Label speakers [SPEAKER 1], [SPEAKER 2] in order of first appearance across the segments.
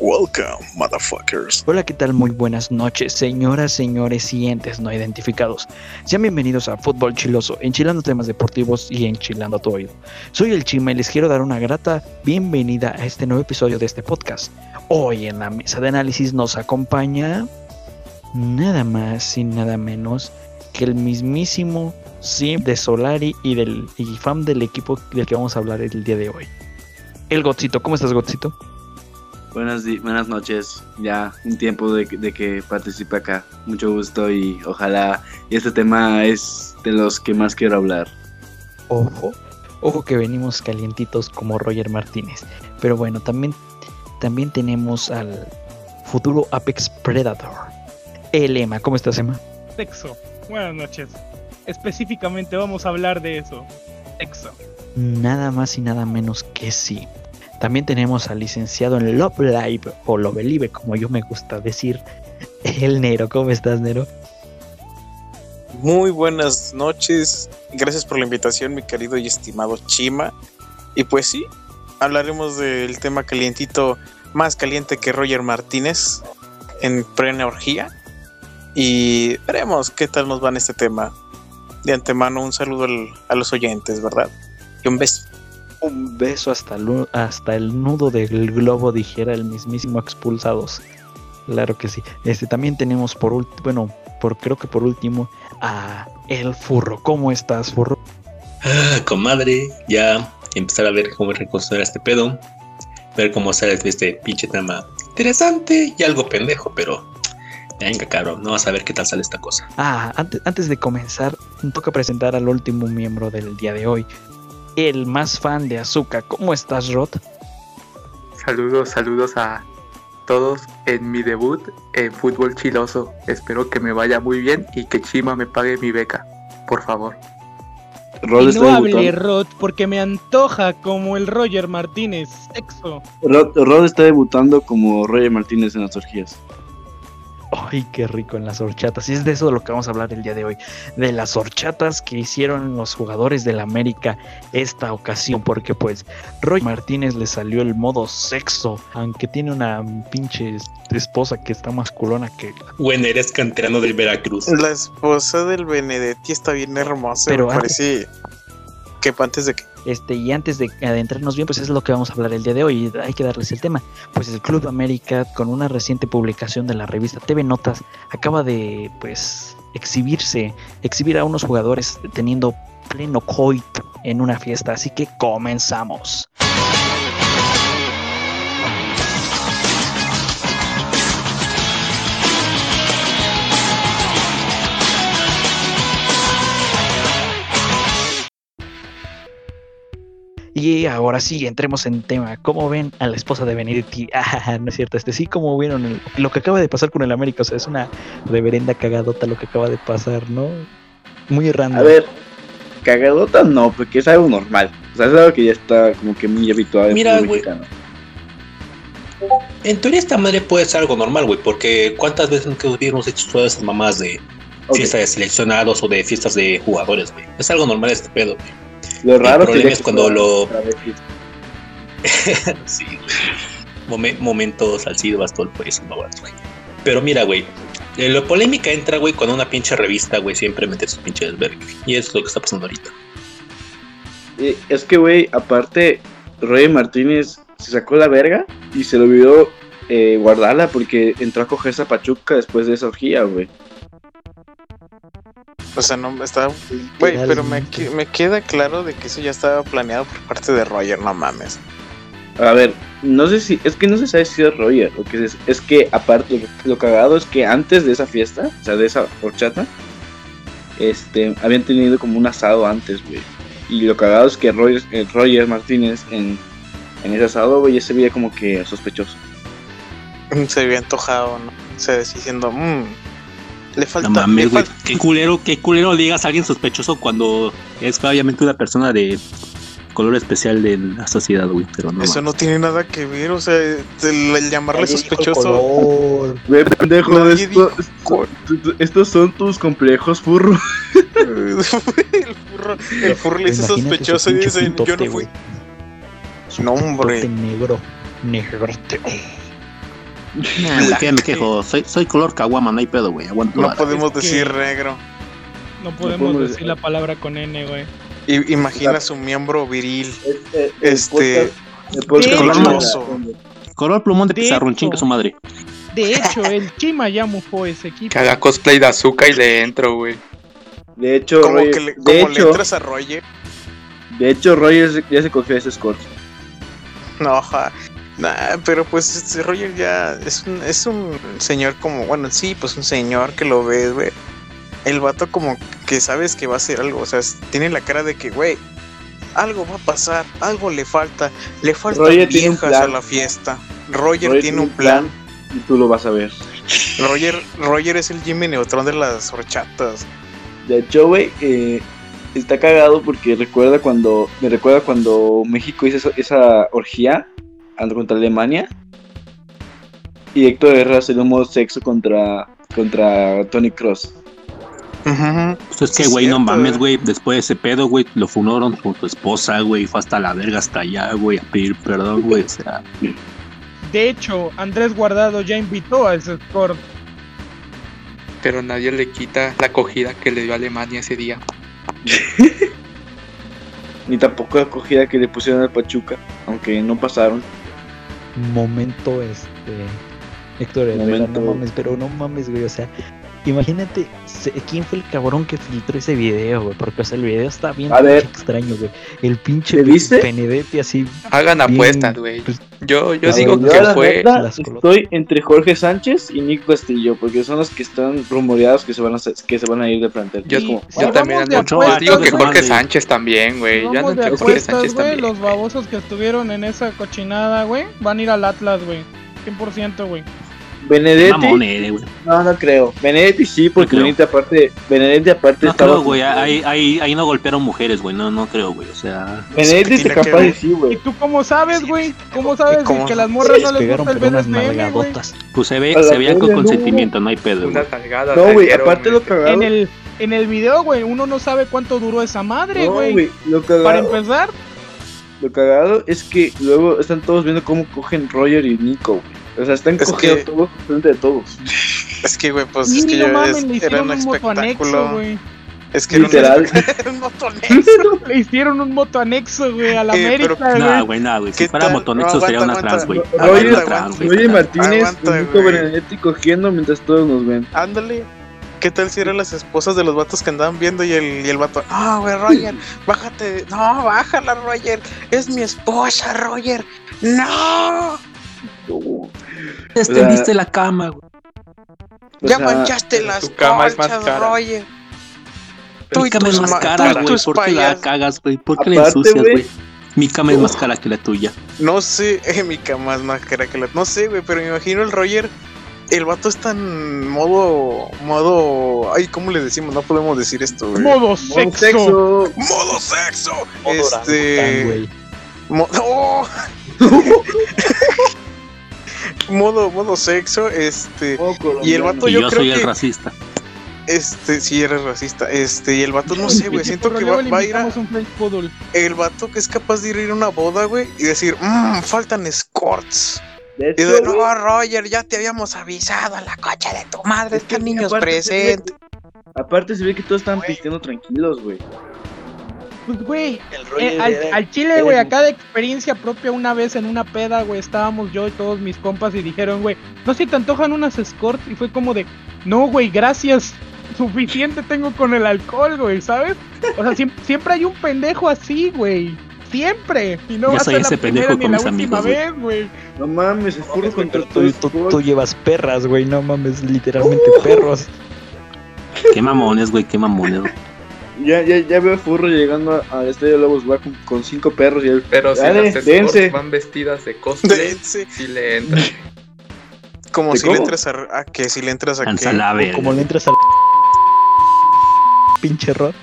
[SPEAKER 1] Welcome, motherfuckers.
[SPEAKER 2] Hola, ¿qué tal? Muy buenas noches, señoras, señores y entes no identificados. Sean bienvenidos a Fútbol Chiloso, enchilando temas deportivos y enchilando a tu oído. Soy el Chima y les quiero dar una grata bienvenida a este nuevo episodio de este podcast. Hoy en la mesa de análisis nos acompaña nada más y nada menos que el mismísimo Sim de Solari y del y fan del equipo del que vamos a hablar el día de hoy. El Gotcito, ¿cómo estás, Gotcito?
[SPEAKER 3] Buenas, di- buenas noches, ya un tiempo de, que- de que participe acá. Mucho gusto y ojalá y este tema es de los que más quiero hablar.
[SPEAKER 2] Ojo, ojo que venimos calientitos como Roger Martínez. Pero bueno, también, también tenemos al futuro Apex Predator. El Ema, ¿cómo estás, Ema?
[SPEAKER 4] Sexo. Buenas noches. Específicamente vamos a hablar de eso. Sexo.
[SPEAKER 2] Nada más y nada menos que sí. También tenemos al licenciado en Love Live o Love Live, como yo me gusta decir. El Nero, ¿cómo estás, Nero?
[SPEAKER 1] Muy buenas noches. Gracias por la invitación, mi querido y estimado Chima. Y pues sí, hablaremos del tema calientito, más caliente que Roger Martínez en plena orgía. Y veremos qué tal nos va en este tema. De antemano, un saludo al- a los oyentes, ¿verdad? Y un beso.
[SPEAKER 2] Un beso hasta el, nu- hasta el nudo del globo, dijera el mismísimo expulsados. Claro que sí. Este también tenemos por último, bueno, por creo que por último a el furro. ¿Cómo estás, furro?
[SPEAKER 5] Ah, comadre, ya empezar a ver cómo reconstruir este pedo. Ver cómo sale este pinche tema interesante y algo pendejo, pero venga, cabrón, no vas a ver qué tal sale esta cosa.
[SPEAKER 2] Ah, antes, antes de comenzar, toca presentar al último miembro del día de hoy, el más fan de Azuka. ¿Cómo estás, Rod?
[SPEAKER 6] Saludos, saludos a todos en mi debut en fútbol chiloso. Espero que me vaya muy bien y que Chima me pague mi beca, por favor.
[SPEAKER 3] Rod
[SPEAKER 4] y
[SPEAKER 3] está
[SPEAKER 4] no hable
[SPEAKER 3] debutando,
[SPEAKER 4] Rod porque me antoja como el Roger Martínez. Sexo.
[SPEAKER 3] Rod, Rod está debutando como Roger Martínez en las orgías.
[SPEAKER 2] Ay, qué rico en las horchatas. Y es de eso de lo que vamos a hablar el día de hoy. De las horchatas que hicieron los jugadores del América esta ocasión. Porque pues Roy Martínez le salió el modo sexo. Aunque tiene una pinche esposa que está más culona que...
[SPEAKER 5] Bueno, eres canterano del Veracruz.
[SPEAKER 1] La esposa del Benedetti está bien hermosa,
[SPEAKER 2] Pero
[SPEAKER 1] me
[SPEAKER 2] antes-
[SPEAKER 1] parece que antes de que
[SPEAKER 2] Este, y antes de adentrarnos bien, pues es lo que vamos a hablar el día de hoy. Hay que darles el tema. Pues el Club América, con una reciente publicación de la revista TV Notas, acaba de, pues, exhibirse, exhibir a unos jugadores teniendo pleno coito en una fiesta. Así que comenzamos. Y ahora sí, entremos en tema. ¿Cómo ven a la esposa de Benedetti? Ah, no es cierto, este sí, como vieron el- lo que acaba de pasar con el América. O sea, es una reverenda cagadota lo que acaba de pasar, ¿no? Muy random.
[SPEAKER 7] A ver, cagadota no, porque es algo normal. O sea, es algo que ya está como que muy habitual. en
[SPEAKER 5] Mira,
[SPEAKER 7] fútbol
[SPEAKER 5] güey.
[SPEAKER 7] mexicano.
[SPEAKER 5] En teoría esta madre puede ser algo normal, güey, porque ¿cuántas veces que hemos hecho todas esas mamás de
[SPEAKER 7] Ok,
[SPEAKER 5] fiestas de seleccionados o de fiestas de jugadores, güey? Es algo normal este pedo, güey.
[SPEAKER 7] Lo raro
[SPEAKER 5] problema
[SPEAKER 7] sería
[SPEAKER 5] es
[SPEAKER 7] que
[SPEAKER 5] cuando
[SPEAKER 7] fuera
[SPEAKER 5] lo-
[SPEAKER 7] otra vez fiesta.
[SPEAKER 5] Sí, güey. Momen- momento salcido, bastón, por eso no vas, güey. Pero mira, güey. eh, Lo polémica entra, güey, cuando una pinche revista, güey, siempre mete sus pinches desvergue. güey. Y eso es lo que está pasando ahorita.
[SPEAKER 7] Eh, es que, güey, aparte, Roy Martínez se sacó la verga y se le olvidó eh, guardarla porque entró a cogerse a Pachuca después de esa orgía, güey.
[SPEAKER 1] O sea, no estaba. Güey, pero me,
[SPEAKER 2] Literalmente.
[SPEAKER 1] que- me queda claro de que eso ya estaba planeado por parte de Roger, no mames.
[SPEAKER 7] A ver, no sé si, es que no se sabe si es Roger, lo que es, es que aparte, lo, lo cagado es que antes de esa fiesta, o sea, de esa horchata, este, habían tenido como un asado antes, güey. Y lo cagado es que Roger, eh, Roger Martínez en, en ese asado, güey, ya se veía como que sospechoso.
[SPEAKER 1] Se había antojado, ¿no? O sea, así diciendo, mmm. Le falta.
[SPEAKER 5] No mames,
[SPEAKER 1] le
[SPEAKER 5] güey.
[SPEAKER 1] falta-
[SPEAKER 5] Qué culero, qué culero digas a alguien sospechoso cuando es obviamente una persona de color especial de la sociedad, güey. Pero no.
[SPEAKER 1] eso no tiene nada que ver, o sea, el, el llamarle
[SPEAKER 2] Nadie dijo el
[SPEAKER 1] sospechoso.
[SPEAKER 2] color.
[SPEAKER 7] Güey, pendejo,
[SPEAKER 1] Nadie
[SPEAKER 7] esto-
[SPEAKER 1] dijo-
[SPEAKER 7] esto- estos son tus complejos, furro.
[SPEAKER 1] el furro, el furro le
[SPEAKER 2] Imagínate
[SPEAKER 1] dice
[SPEAKER 2] su
[SPEAKER 1] sospechoso y
[SPEAKER 2] pinche
[SPEAKER 1] dice, yo
[SPEAKER 2] pintote,
[SPEAKER 1] no fui.
[SPEAKER 2] güey. Su
[SPEAKER 1] No, hombre.
[SPEAKER 2] pintote negro. Negrote.
[SPEAKER 8] Nah, güey, ¿qué me quejo? Soy, soy color caguama, no hay pedo, güey. Aguanto.
[SPEAKER 1] No
[SPEAKER 8] vara.
[SPEAKER 1] podemos
[SPEAKER 4] Es que-
[SPEAKER 1] decir negro.
[SPEAKER 4] No
[SPEAKER 7] podemos
[SPEAKER 4] podemos
[SPEAKER 7] decir-
[SPEAKER 4] decir la palabra con N, güey.
[SPEAKER 1] I- imagina su miembro viril.
[SPEAKER 7] Este, el
[SPEAKER 1] Este.
[SPEAKER 7] podcast- el podcast-
[SPEAKER 1] color
[SPEAKER 7] Chima,
[SPEAKER 1] mozo.
[SPEAKER 8] Color plumón de
[SPEAKER 4] De
[SPEAKER 8] pizarrón,
[SPEAKER 4] hecho.
[SPEAKER 8] chingue su madre.
[SPEAKER 4] De hecho, el Chima ya mufó ese
[SPEAKER 6] Que
[SPEAKER 4] equipo.
[SPEAKER 6] haga cosplay de Azúcar y le entro, güey.
[SPEAKER 7] De hecho,
[SPEAKER 1] Como
[SPEAKER 7] Roger,
[SPEAKER 1] que le,
[SPEAKER 7] de,
[SPEAKER 1] como le
[SPEAKER 7] hecho
[SPEAKER 1] entras a Roger.
[SPEAKER 7] de hecho, Roger se- ya se confió ese Scott.
[SPEAKER 1] No, ja. Nah, pero pues este Roger ya es un, es un señor como, bueno, sí, pues un señor que lo ves, güey. El vato como que sabes que va a hacer algo, o sea, s- tiene la cara de que, güey, algo va a pasar, algo le falta, le faltan
[SPEAKER 7] Roger tiene un
[SPEAKER 1] viejas a
[SPEAKER 7] plan.
[SPEAKER 1] la fiesta. Roger,
[SPEAKER 7] Roger
[SPEAKER 1] tiene un plan.
[SPEAKER 7] Y tú lo vas a ver.
[SPEAKER 1] Roger, Roger es el Jimmy Neutron de las horchatas.
[SPEAKER 7] De hecho, güey, eh, está cagado porque recuerda cuando. Me recuerda cuando México hizo eso- esa orgía and- contra Alemania. Y Héctor Guerra se dio un modo sexo contra, contra Tony Cross.
[SPEAKER 1] Ujú.
[SPEAKER 8] Pues es
[SPEAKER 1] Sí,
[SPEAKER 8] que, güey, no
[SPEAKER 1] cierto, eh.
[SPEAKER 8] mames,
[SPEAKER 1] güey.
[SPEAKER 8] güey. Después de ese pedo, güey, lo funaron con tu esposa, güey. Fue hasta la verga, hasta allá, güey, a pedir perdón, güey. O sea,
[SPEAKER 4] De hecho, Andrés Guardado ya invitó a ese score.
[SPEAKER 6] Pero nadie le quita la acogida que le dio Alemania ese día.
[SPEAKER 7] Ni tampoco la acogida que le pusieron al Pachuca. Aunque no pasaron.
[SPEAKER 2] momento este Héctor Herrera,
[SPEAKER 7] Momento.
[SPEAKER 2] no mames, pero no mames, güey, o sea, imagínate se- quién fue el cabrón que filtró ese video, güey, porque o sea, el video está bien
[SPEAKER 7] A ver.
[SPEAKER 2] extraño, güey. El pinche
[SPEAKER 7] ¿Le viste?
[SPEAKER 2] Benedetti así
[SPEAKER 6] Hagan
[SPEAKER 2] Bien,
[SPEAKER 6] apuestas, güey.
[SPEAKER 2] pues,
[SPEAKER 6] Yo, yo
[SPEAKER 2] la
[SPEAKER 6] digo
[SPEAKER 2] verdad,
[SPEAKER 6] que
[SPEAKER 7] la
[SPEAKER 6] fue.
[SPEAKER 7] neta,
[SPEAKER 2] Las colotas.
[SPEAKER 7] estoy entre Jorge Sánchez y Nick Castillo, porque son los que están rumoreados que se van a, hacer- que se van a ir de plantel.
[SPEAKER 6] Yo-
[SPEAKER 7] Es como,
[SPEAKER 4] Sí,
[SPEAKER 6] Yo
[SPEAKER 4] Si
[SPEAKER 6] también
[SPEAKER 4] vamos de
[SPEAKER 6] ando.
[SPEAKER 8] apuestas,
[SPEAKER 6] Yo digo que
[SPEAKER 8] güey.
[SPEAKER 6] Jorge Sánchez también, güey. Yo ando
[SPEAKER 4] Vamos de
[SPEAKER 6] entre Jorge Sánchez
[SPEAKER 4] apuestas, güey.
[SPEAKER 6] también.
[SPEAKER 4] Los babosos que estuvieron en esa cochinada, güey, van a ir al Atlas, güey. 100%, güey.
[SPEAKER 7] Benedetti.
[SPEAKER 8] mamón eres, güey.
[SPEAKER 7] No, no creo. Benedetti sí, porque
[SPEAKER 8] creo.
[SPEAKER 7] Benedetti aparte, Benedetti aparte
[SPEAKER 8] No
[SPEAKER 7] estaba.
[SPEAKER 8] creo, güey. Ahí, ahí, ahí no golpearon mujeres, güey. No, no creo, güey. O sea,
[SPEAKER 7] Benedetti
[SPEAKER 1] Sí,
[SPEAKER 7] se
[SPEAKER 1] creo que-
[SPEAKER 7] capaz de sí,
[SPEAKER 4] ¿Y
[SPEAKER 7] güey.
[SPEAKER 4] tú cómo sabes, güey? ¿Cómo sabes
[SPEAKER 1] ¿Cómo?
[SPEAKER 4] que las morras no
[SPEAKER 2] les
[SPEAKER 4] les
[SPEAKER 2] pegaron
[SPEAKER 4] gusta el
[SPEAKER 2] por unas
[SPEAKER 4] BDSM, güey?
[SPEAKER 2] nalgadotas.
[SPEAKER 8] pues se ve,
[SPEAKER 7] A la
[SPEAKER 8] se veía con
[SPEAKER 7] verga, no.
[SPEAKER 8] consentimiento, no hay pedo, güey.
[SPEAKER 6] Una salgada.
[SPEAKER 7] No, güey, aparte lo cagado.
[SPEAKER 4] En el, en el video, güey, uno no sabe cuánto duró esa madre,
[SPEAKER 7] No,
[SPEAKER 4] güey.
[SPEAKER 7] güey, lo
[SPEAKER 4] Para
[SPEAKER 7] cagado,
[SPEAKER 4] empezar,
[SPEAKER 7] lo cagado es que luego están todos viendo cómo cogen Roger y Nico, güey. O sea, están
[SPEAKER 1] Es
[SPEAKER 7] cogiendo
[SPEAKER 1] que-
[SPEAKER 7] todos frente de todos.
[SPEAKER 1] Es que, güey, pues es
[SPEAKER 4] ni
[SPEAKER 1] que
[SPEAKER 4] no
[SPEAKER 1] ya
[SPEAKER 4] mames,
[SPEAKER 1] es-
[SPEAKER 4] le
[SPEAKER 1] era un
[SPEAKER 4] hicieron un moto anexo,
[SPEAKER 1] espectáculo.
[SPEAKER 4] güey.
[SPEAKER 1] Es que era un
[SPEAKER 7] Literal.
[SPEAKER 1] espect- era un moto anexo.
[SPEAKER 4] Le hicieron un moto anexo, güey, a la
[SPEAKER 1] Eh, pero-
[SPEAKER 4] América, güey.
[SPEAKER 8] Nah, güey, nah, güey. Si
[SPEAKER 1] ¿Qué
[SPEAKER 8] fuera
[SPEAKER 1] tal?
[SPEAKER 8] motonexo
[SPEAKER 1] No,
[SPEAKER 8] sería una
[SPEAKER 1] aguanta,
[SPEAKER 8] trans, güey.
[SPEAKER 1] aguanta.
[SPEAKER 8] Ah,
[SPEAKER 7] Roger-
[SPEAKER 8] una trans, güey.
[SPEAKER 7] Roger Martínez,
[SPEAKER 1] Aguanta,
[SPEAKER 7] y Nico
[SPEAKER 1] güey.
[SPEAKER 7] Benedetti cogiendo mientras todos nos ven.
[SPEAKER 1] Ándale. ¿Qué tal si eran las esposas de los vatos que andaban viendo y el, y el vato? Ah, No, güey, Roger, bájate. No, bájala, Roger. Es mi esposa, Roger. No,
[SPEAKER 7] O
[SPEAKER 8] Extendiste Este, la cama, güey.
[SPEAKER 1] ya
[SPEAKER 7] sea,
[SPEAKER 1] manchaste las
[SPEAKER 6] tu cama es más
[SPEAKER 1] colchas,
[SPEAKER 6] cara.
[SPEAKER 1] Roger. Tú y
[SPEAKER 8] Explícame
[SPEAKER 1] tus
[SPEAKER 8] más
[SPEAKER 1] ma-
[SPEAKER 8] cara,
[SPEAKER 1] tú y
[SPEAKER 8] güey.
[SPEAKER 1] tus
[SPEAKER 8] ¿Por qué la
[SPEAKER 1] payas.
[SPEAKER 8] cagas, güey? ¿Por qué la
[SPEAKER 7] Aparte,
[SPEAKER 8] ensucias,
[SPEAKER 7] güey.
[SPEAKER 8] güey? Mi cama es más cara que la tuya.
[SPEAKER 1] No sé, eh, mi cama es más cara que la. No sé, güey, pero me imagino el Roger. El vato es tan modo. modo. Ay, ¿cómo le decimos? No podemos decir esto, güey.
[SPEAKER 4] Modo
[SPEAKER 7] modo
[SPEAKER 4] sexo.
[SPEAKER 7] sexo.
[SPEAKER 1] ¡Modo sexo!
[SPEAKER 5] Modo
[SPEAKER 1] este.
[SPEAKER 2] tan, güey.
[SPEAKER 1] Mo- ¡Oh! modo, modo sexo, este.
[SPEAKER 7] modo
[SPEAKER 1] Y el
[SPEAKER 7] colombiano.
[SPEAKER 1] vato
[SPEAKER 8] Y
[SPEAKER 1] yo,
[SPEAKER 8] yo
[SPEAKER 1] creo
[SPEAKER 8] soy el
[SPEAKER 1] que.
[SPEAKER 8] racista.
[SPEAKER 1] Este, si eres racista. Este, y el vato, no sé, güey.
[SPEAKER 4] Y
[SPEAKER 1] Siento
[SPEAKER 4] por
[SPEAKER 1] que
[SPEAKER 4] luego
[SPEAKER 1] va,
[SPEAKER 4] le
[SPEAKER 1] va a ir a.
[SPEAKER 4] invitamos un French Poodle.
[SPEAKER 1] El vato que es capaz de ir a una boda, güey. Y decir, mmm, faltan escorts.
[SPEAKER 7] De
[SPEAKER 1] Y
[SPEAKER 7] hecho,
[SPEAKER 1] de,
[SPEAKER 7] güey,
[SPEAKER 1] no, Roger, ya te habíamos avisado a la cocha de tu madre.
[SPEAKER 7] Es que
[SPEAKER 1] Están niños
[SPEAKER 7] aparte se ve que-
[SPEAKER 1] presentes.
[SPEAKER 7] Aparte se ve que todos estaban
[SPEAKER 1] Güey.
[SPEAKER 7] pisteando tranquilos, güey.
[SPEAKER 4] Pues, güey,
[SPEAKER 7] El
[SPEAKER 4] eh, al, al chile,
[SPEAKER 7] era
[SPEAKER 4] güey,
[SPEAKER 7] el-
[SPEAKER 4] acá de experiencia propia, una vez en una peda, güey, estábamos yo y todos mis compas y dijeron, güey, no se te antojan unas escorts. Y fue como de, no, güey, gracias. Suficiente tengo con el alcohol, güey, ¿sabes? O sea, siem- siempre hay un pendejo así, güey. Siempre. Y no
[SPEAKER 8] Yo
[SPEAKER 4] va a
[SPEAKER 8] soy
[SPEAKER 4] ser la
[SPEAKER 8] ese
[SPEAKER 4] primera
[SPEAKER 8] pendejo
[SPEAKER 4] ni
[SPEAKER 8] con
[SPEAKER 4] la
[SPEAKER 8] mis
[SPEAKER 4] última
[SPEAKER 8] amigos, güey.
[SPEAKER 4] vez, güey.
[SPEAKER 7] No mames, el furro contra
[SPEAKER 2] Tú,
[SPEAKER 7] todos.
[SPEAKER 2] tú- tú llevas perras, güey, no mames, literalmente
[SPEAKER 4] Uh.
[SPEAKER 2] perros.
[SPEAKER 8] Qué mamones, güey, qué mamones. güey.
[SPEAKER 7] Ya, ya, ya veo a furro llegando a- al estadio de Lobos Guac con, con cinco perros y el
[SPEAKER 6] Pero si
[SPEAKER 7] Dale,
[SPEAKER 6] las
[SPEAKER 7] dense.
[SPEAKER 6] escorts van vestidas de cosplay,
[SPEAKER 1] Dense.
[SPEAKER 6] sí le entran.
[SPEAKER 1] Como
[SPEAKER 7] ¿De
[SPEAKER 1] si le
[SPEAKER 7] cómo?
[SPEAKER 1] entras a, a que si le entras a
[SPEAKER 8] Cansa
[SPEAKER 1] que.
[SPEAKER 8] la verga.
[SPEAKER 2] Como le entras al pinche rod.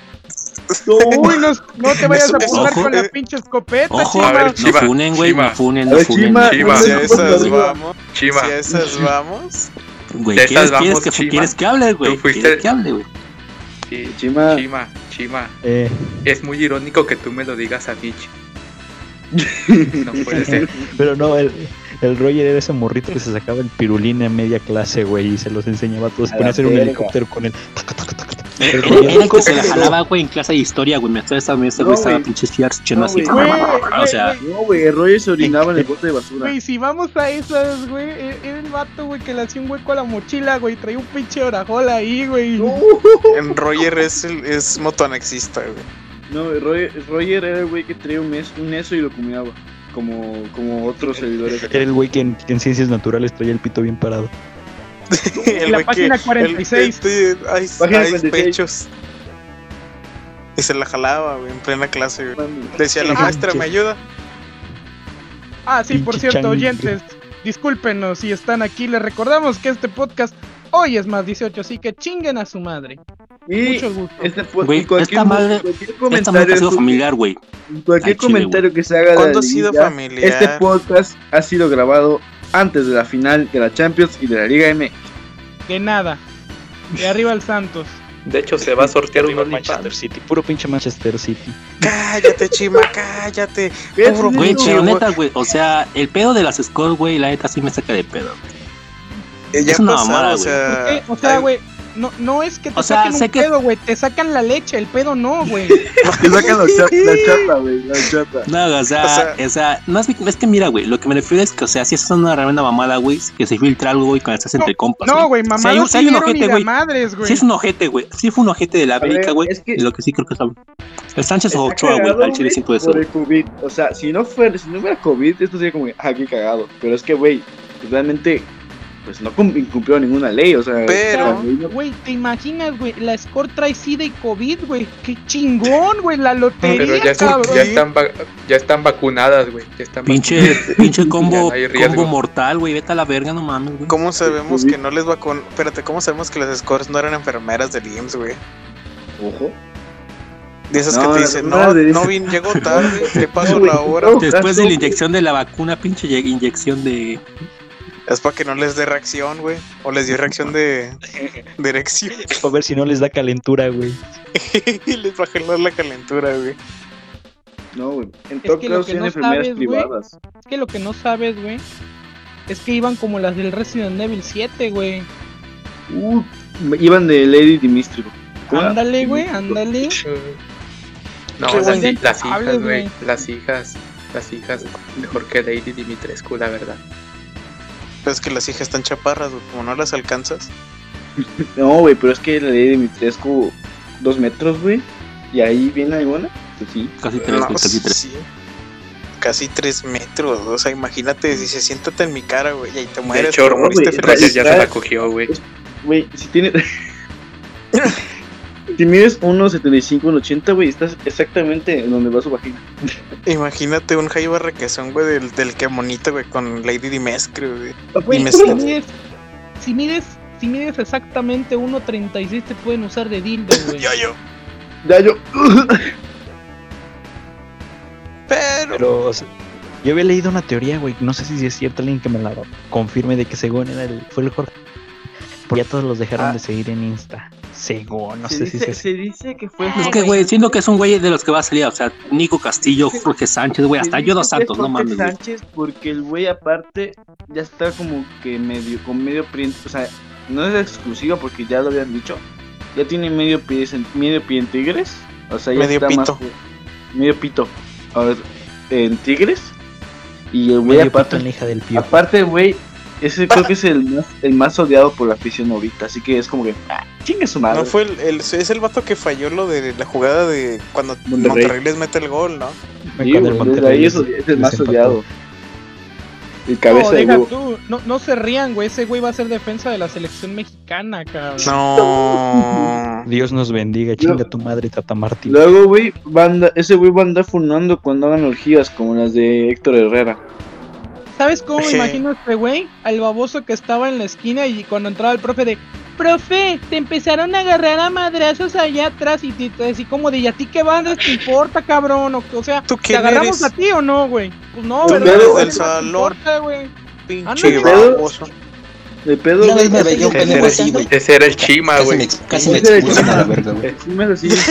[SPEAKER 4] Uy, no, no te vayas a
[SPEAKER 1] Eso-
[SPEAKER 4] apuntar
[SPEAKER 8] ojo.
[SPEAKER 4] con la pinche escopeta,
[SPEAKER 8] Ojo,
[SPEAKER 4] Chima.
[SPEAKER 6] A ver,
[SPEAKER 8] no
[SPEAKER 6] Chiva,
[SPEAKER 8] funen, güey, no
[SPEAKER 6] Chiva.
[SPEAKER 8] funen,
[SPEAKER 7] A
[SPEAKER 8] no
[SPEAKER 7] ver,
[SPEAKER 8] funen.
[SPEAKER 7] Chima,
[SPEAKER 8] güey.
[SPEAKER 1] Si a
[SPEAKER 7] Dense.
[SPEAKER 1] esas vamos,
[SPEAKER 6] Chiva,
[SPEAKER 1] si a esas vamos.
[SPEAKER 8] Güey,
[SPEAKER 6] de esas
[SPEAKER 8] ¿quieres,
[SPEAKER 6] vamos,
[SPEAKER 8] quieres, que,
[SPEAKER 6] Chima.
[SPEAKER 8] ¿quieres que hable, güey?
[SPEAKER 6] Tú fuiste-
[SPEAKER 8] ¿Quieres que hable, güey?
[SPEAKER 6] sí,
[SPEAKER 7] Chima.
[SPEAKER 6] Chima, Chima.
[SPEAKER 2] Eh,
[SPEAKER 6] Es muy irónico que tú me lo digas a mí. Chi. No puede ser.
[SPEAKER 2] pero no, el, El Roger era ese morrito que se sacaba el pirulín en media clase, güey, y se los enseñaba a todos. Se
[SPEAKER 7] A
[SPEAKER 2] ponía
[SPEAKER 7] la
[SPEAKER 2] a hacer un
[SPEAKER 7] verga.
[SPEAKER 2] helicóptero con él. Taca, taca, taca, taca. El Roger-
[SPEAKER 8] Era el que se la jalaba, güey, en clase de historia, güey. Me estaba esa mesa,
[SPEAKER 7] No,
[SPEAKER 8] güey, estaba
[SPEAKER 7] güey.
[SPEAKER 8] pinche fiarse echando
[SPEAKER 7] No,
[SPEAKER 8] así.
[SPEAKER 7] güey.
[SPEAKER 4] Güey,
[SPEAKER 8] O sea,
[SPEAKER 4] güey,
[SPEAKER 7] No, güey, Roger se orinaba en el bote de basura.
[SPEAKER 4] Güey, si vamos a esas, güey, e- era el vato, güey, que le hacía un hueco a la mochila, güey, traía un pinche orajola ahí, güey.
[SPEAKER 7] No,
[SPEAKER 1] En Roger es, el, es motoanexista, güey.
[SPEAKER 7] no güey, Roger, Roger era el güey que traía un, es- un eso y lo comía güey, como, como
[SPEAKER 1] Eh,
[SPEAKER 7] otros servidores.
[SPEAKER 2] Era el güey que en, que en ciencias naturales traía el pito bien parado.
[SPEAKER 1] El
[SPEAKER 4] la
[SPEAKER 1] güey
[SPEAKER 4] página
[SPEAKER 1] el-
[SPEAKER 4] 46.
[SPEAKER 1] este, ay,
[SPEAKER 7] Página
[SPEAKER 1] ay,
[SPEAKER 7] 46.
[SPEAKER 1] pechos. Y se la jalaba, güey, en plena clase, güey.
[SPEAKER 7] Mami.
[SPEAKER 1] Decía, la
[SPEAKER 2] Ah,
[SPEAKER 1] maestra, ¿me ayuda?
[SPEAKER 4] Ah, sí, por
[SPEAKER 2] Pinche
[SPEAKER 4] cierto,
[SPEAKER 2] chango.
[SPEAKER 4] oyentes, discúlpenos si están aquí. Les recordamos que este podcast hoy es más 18, así que chinguen a su madre.
[SPEAKER 7] Y
[SPEAKER 4] Mucho gusto.
[SPEAKER 7] este po-
[SPEAKER 8] Güey,
[SPEAKER 7] y cualquier,
[SPEAKER 8] esta madre-
[SPEAKER 7] cualquier
[SPEAKER 8] esta madre
[SPEAKER 7] comentario,
[SPEAKER 8] ha sido
[SPEAKER 7] su-
[SPEAKER 8] familiar, güey.
[SPEAKER 7] cualquier
[SPEAKER 8] Al chile,
[SPEAKER 7] comentario que se haga de
[SPEAKER 1] ¿Cuándo ha sido
[SPEAKER 7] Liguilla,
[SPEAKER 1] familiar?
[SPEAKER 7] Este podcast ha sido grabado antes de la final de la Champions y de la Liga M.
[SPEAKER 4] De nada. De arriba al Santos.
[SPEAKER 9] De hecho, se va a sortear un
[SPEAKER 2] Arriba el
[SPEAKER 9] OnlyFans.
[SPEAKER 2] Manchester City, puro pinche Manchester City.
[SPEAKER 1] Cállate, Chima, cállate. Puro
[SPEAKER 7] Sí,
[SPEAKER 8] Güey,
[SPEAKER 1] pinche
[SPEAKER 8] pero
[SPEAKER 1] güey.
[SPEAKER 8] neta, güey. O sea, el pedo de las scores, güey, la neta sí me saca de pedo.
[SPEAKER 1] Eh,
[SPEAKER 8] Es
[SPEAKER 1] Ya
[SPEAKER 8] una
[SPEAKER 1] pasaba,
[SPEAKER 8] mamada,
[SPEAKER 1] o sea.
[SPEAKER 4] Eh, o sea,
[SPEAKER 1] ay,
[SPEAKER 4] güey, no, no es que te
[SPEAKER 8] Ah, O sea,
[SPEAKER 4] saquen
[SPEAKER 8] sé
[SPEAKER 4] un
[SPEAKER 8] que-
[SPEAKER 4] pedo, güey, te sacan la leche, el pedo no, güey.
[SPEAKER 7] Que sacan la cha- la chapa, güey, la chapa.
[SPEAKER 8] No, o sea, o sea, no es, es que mira, güey, lo que me refiero es que, o sea, si es una reverenda mamada, güey, que se filtra algo, güey, cuando estás entre compas.
[SPEAKER 4] No, güey, mamá,
[SPEAKER 8] hay
[SPEAKER 4] no
[SPEAKER 8] un- si hay un ojete,
[SPEAKER 4] ni de
[SPEAKER 8] güey.
[SPEAKER 4] madres,
[SPEAKER 8] Sí
[SPEAKER 4] güey.
[SPEAKER 8] es un ojete, güey. Sí fue un ojete de la
[SPEAKER 7] ver,
[SPEAKER 8] América, güey.
[SPEAKER 7] es que-
[SPEAKER 8] Lo que sí creo que saben. El Sánchez
[SPEAKER 7] Está
[SPEAKER 8] o Ochoa,
[SPEAKER 7] cagado,
[SPEAKER 8] güey. Al chile
[SPEAKER 7] güey,
[SPEAKER 8] siento eso.
[SPEAKER 7] Por el COVID. O sea, si no fuera, si no fuera COVID, esto sería como, ah, qué cagado. Pero es que, güey, realmente, pues no cum- incumplió ninguna ley, o sea.
[SPEAKER 1] Pero-
[SPEAKER 7] la ley no-
[SPEAKER 4] Güey, ¿te imaginas, güey? La score trae SIDA y COVID, güey. ¡Qué chingón, güey! La lotería,
[SPEAKER 6] Pero ya, están-
[SPEAKER 4] cabrón.
[SPEAKER 6] ya están, va- ya están vacunadas, güey. Ya están
[SPEAKER 8] Pinche, pinche combo,
[SPEAKER 6] Ya no hay riesgo.
[SPEAKER 8] combo mortal, güey. Vete a la verga, no mames, güey.
[SPEAKER 1] ¿Cómo sabemos que no les vacun... Espérate, ¿cómo sabemos que las scores no eran enfermeras del IMSS, güey?
[SPEAKER 7] Ojo.
[SPEAKER 1] De esas
[SPEAKER 7] No,
[SPEAKER 1] que te
[SPEAKER 7] las
[SPEAKER 1] dicen, no,
[SPEAKER 7] enfermeras del
[SPEAKER 1] no,
[SPEAKER 7] IMSS".
[SPEAKER 1] bien, llegó tarde, le paso
[SPEAKER 7] No, güey,
[SPEAKER 1] la hora.
[SPEAKER 7] no.
[SPEAKER 8] Después de la inyección de la vacuna, pinche ye- inyección de.
[SPEAKER 1] Es para que no les dé reacción, güey. O les dio reacción de. de erección.
[SPEAKER 2] A ver si no les da calentura, güey.
[SPEAKER 1] y les va a jalar la calentura, güey.
[SPEAKER 7] No, güey. En
[SPEAKER 4] que
[SPEAKER 7] todo
[SPEAKER 4] lo
[SPEAKER 7] caso,
[SPEAKER 4] que
[SPEAKER 7] son
[SPEAKER 4] no
[SPEAKER 7] enfermeras
[SPEAKER 4] sabes, güey,
[SPEAKER 7] privadas.
[SPEAKER 4] Es que lo que no sabes, güey, es que iban como las del Resident Evil 7, güey.
[SPEAKER 7] Uh, iban de Lady Dimitri.
[SPEAKER 6] Ah.
[SPEAKER 4] Ándale, güey, ándale.
[SPEAKER 6] No,
[SPEAKER 4] Qué
[SPEAKER 6] las,
[SPEAKER 4] buen
[SPEAKER 6] hi- las
[SPEAKER 4] hables,
[SPEAKER 6] hijas, güey.
[SPEAKER 4] güey.
[SPEAKER 6] Las hijas. Las hijas. Mejor que Lady Dimitrescu, la verdad.
[SPEAKER 1] Pero es que las hijas están chaparras, güey. Como no las alcanzas.
[SPEAKER 7] No, güey, pero es que la ley de Mitrescu, dos metros, güey. Y ahí viene alguna. Pues sí.
[SPEAKER 8] Casi tres,
[SPEAKER 1] No,
[SPEAKER 8] güey, casi tres.
[SPEAKER 1] sí. Casi tres metros, o sea, imagínate, dice, siéntate en mi cara, güey, y ahí te mueres.
[SPEAKER 6] de hecho,
[SPEAKER 1] pero moriste
[SPEAKER 7] güey,
[SPEAKER 1] feliz.
[SPEAKER 6] Roger ya se la cogió, güey.
[SPEAKER 7] Güey, si tienes. si mides 1.75, 1.80, güey, estás exactamente en donde va su vagina.
[SPEAKER 1] Imagínate un Jaiba requesón, güey, del, del que monito, güey, con Lady Dimestre, güey.
[SPEAKER 4] Güey,
[SPEAKER 1] Dime
[SPEAKER 4] si
[SPEAKER 1] esto.
[SPEAKER 4] mides, si mides, si mides exactamente 1.36 te pueden usar de dildo, güey.
[SPEAKER 1] Yo, yo.
[SPEAKER 7] Ya yo.
[SPEAKER 1] Pero.
[SPEAKER 2] Pero o sea, yo había leído una teoría, güey. No sé si es cierta, alguien que me la confirme de que según era el, fue el Jorge. Porque ya todos los dejaron
[SPEAKER 7] Ah.
[SPEAKER 2] de seguir en Insta. Según, no
[SPEAKER 7] se,
[SPEAKER 2] sé
[SPEAKER 7] dice,
[SPEAKER 2] si es
[SPEAKER 7] se dice que fue.
[SPEAKER 8] Ah, Es que, güey, siento que es un güey de los que va a salir. O sea, Nico Castillo, Jorge Sánchez, güey. Hasta
[SPEAKER 7] se
[SPEAKER 8] Yodo
[SPEAKER 7] dice que
[SPEAKER 8] Santos,
[SPEAKER 7] fue
[SPEAKER 8] no mames, güey.
[SPEAKER 7] Sánchez porque el güey, aparte, ya está como que medio. Con medio pie. O sea, no es exclusiva porque ya lo habían dicho. Ya tiene medio pie, en- medio pie en Tigres. O sea, ya
[SPEAKER 1] Medio
[SPEAKER 7] está más.
[SPEAKER 1] pito.
[SPEAKER 7] Medio pito. A ver, en Tigres. Y el güey,
[SPEAKER 2] Medio
[SPEAKER 7] aparte,
[SPEAKER 2] pito en la hija del pío.
[SPEAKER 7] Aparte, güey, ese creo que es el más, el más odiado por la afición ahorita, así que es como que, ah, chingue su madre.
[SPEAKER 1] No fue el, el- Es el vato que falló lo de la jugada de cuando
[SPEAKER 7] Monterrey.
[SPEAKER 1] Monterrey, les mete el gol, ¿no?
[SPEAKER 7] Sí,
[SPEAKER 2] Cuando el
[SPEAKER 7] güey, desde
[SPEAKER 2] Monterrey
[SPEAKER 7] ahí es,
[SPEAKER 2] les-
[SPEAKER 7] es el
[SPEAKER 2] les
[SPEAKER 7] más
[SPEAKER 2] empató.
[SPEAKER 7] odiado. El
[SPEAKER 4] No,
[SPEAKER 7] cabeza de
[SPEAKER 4] deja
[SPEAKER 7] huevo.
[SPEAKER 4] tú, no, no se rían, güey. Ese güey va a ser defensa de la selección mexicana, cabrón.
[SPEAKER 1] No.
[SPEAKER 2] Dios nos bendiga, chinga tu madre, Tata Martín.
[SPEAKER 7] Luego, güey, banda, ese güey va a andar funando cuando hagan orgías como las de Héctor Herrera.
[SPEAKER 4] ¿Sabes cómo me
[SPEAKER 1] Sí.
[SPEAKER 4] imagino a este güey? Al baboso que estaba en la esquina y cuando entraba el profe de, profe, te empezaron a agarrar a madrazos allá atrás y te, te- así como de, ¿y a ti qué bandas te importa, cabrón? O, o sea,
[SPEAKER 1] ¿Tú
[SPEAKER 4] ¿te
[SPEAKER 1] quién
[SPEAKER 4] agarramos
[SPEAKER 1] eres?
[SPEAKER 4] a ti o no, güey? Pues no,
[SPEAKER 7] Tú
[SPEAKER 4] ¿verdad?
[SPEAKER 7] eres
[SPEAKER 4] ¿Qué
[SPEAKER 7] del
[SPEAKER 4] te
[SPEAKER 1] salón.
[SPEAKER 4] importa, güey?
[SPEAKER 1] Pinche
[SPEAKER 4] Ándale.
[SPEAKER 1] baboso.
[SPEAKER 7] De pedo,
[SPEAKER 10] Una
[SPEAKER 7] güey,
[SPEAKER 10] vez me
[SPEAKER 7] ese
[SPEAKER 10] veía un
[SPEAKER 7] güey-
[SPEAKER 10] pene
[SPEAKER 6] Ese
[SPEAKER 10] volteando
[SPEAKER 6] era,
[SPEAKER 10] y
[SPEAKER 6] ese era el Chima,
[SPEAKER 10] casi
[SPEAKER 6] güey.
[SPEAKER 10] me, casi me
[SPEAKER 7] Ese era el
[SPEAKER 10] expulsan a la
[SPEAKER 7] Chima.
[SPEAKER 10] verga, güey.
[SPEAKER 7] Encima es así.
[SPEAKER 9] Es,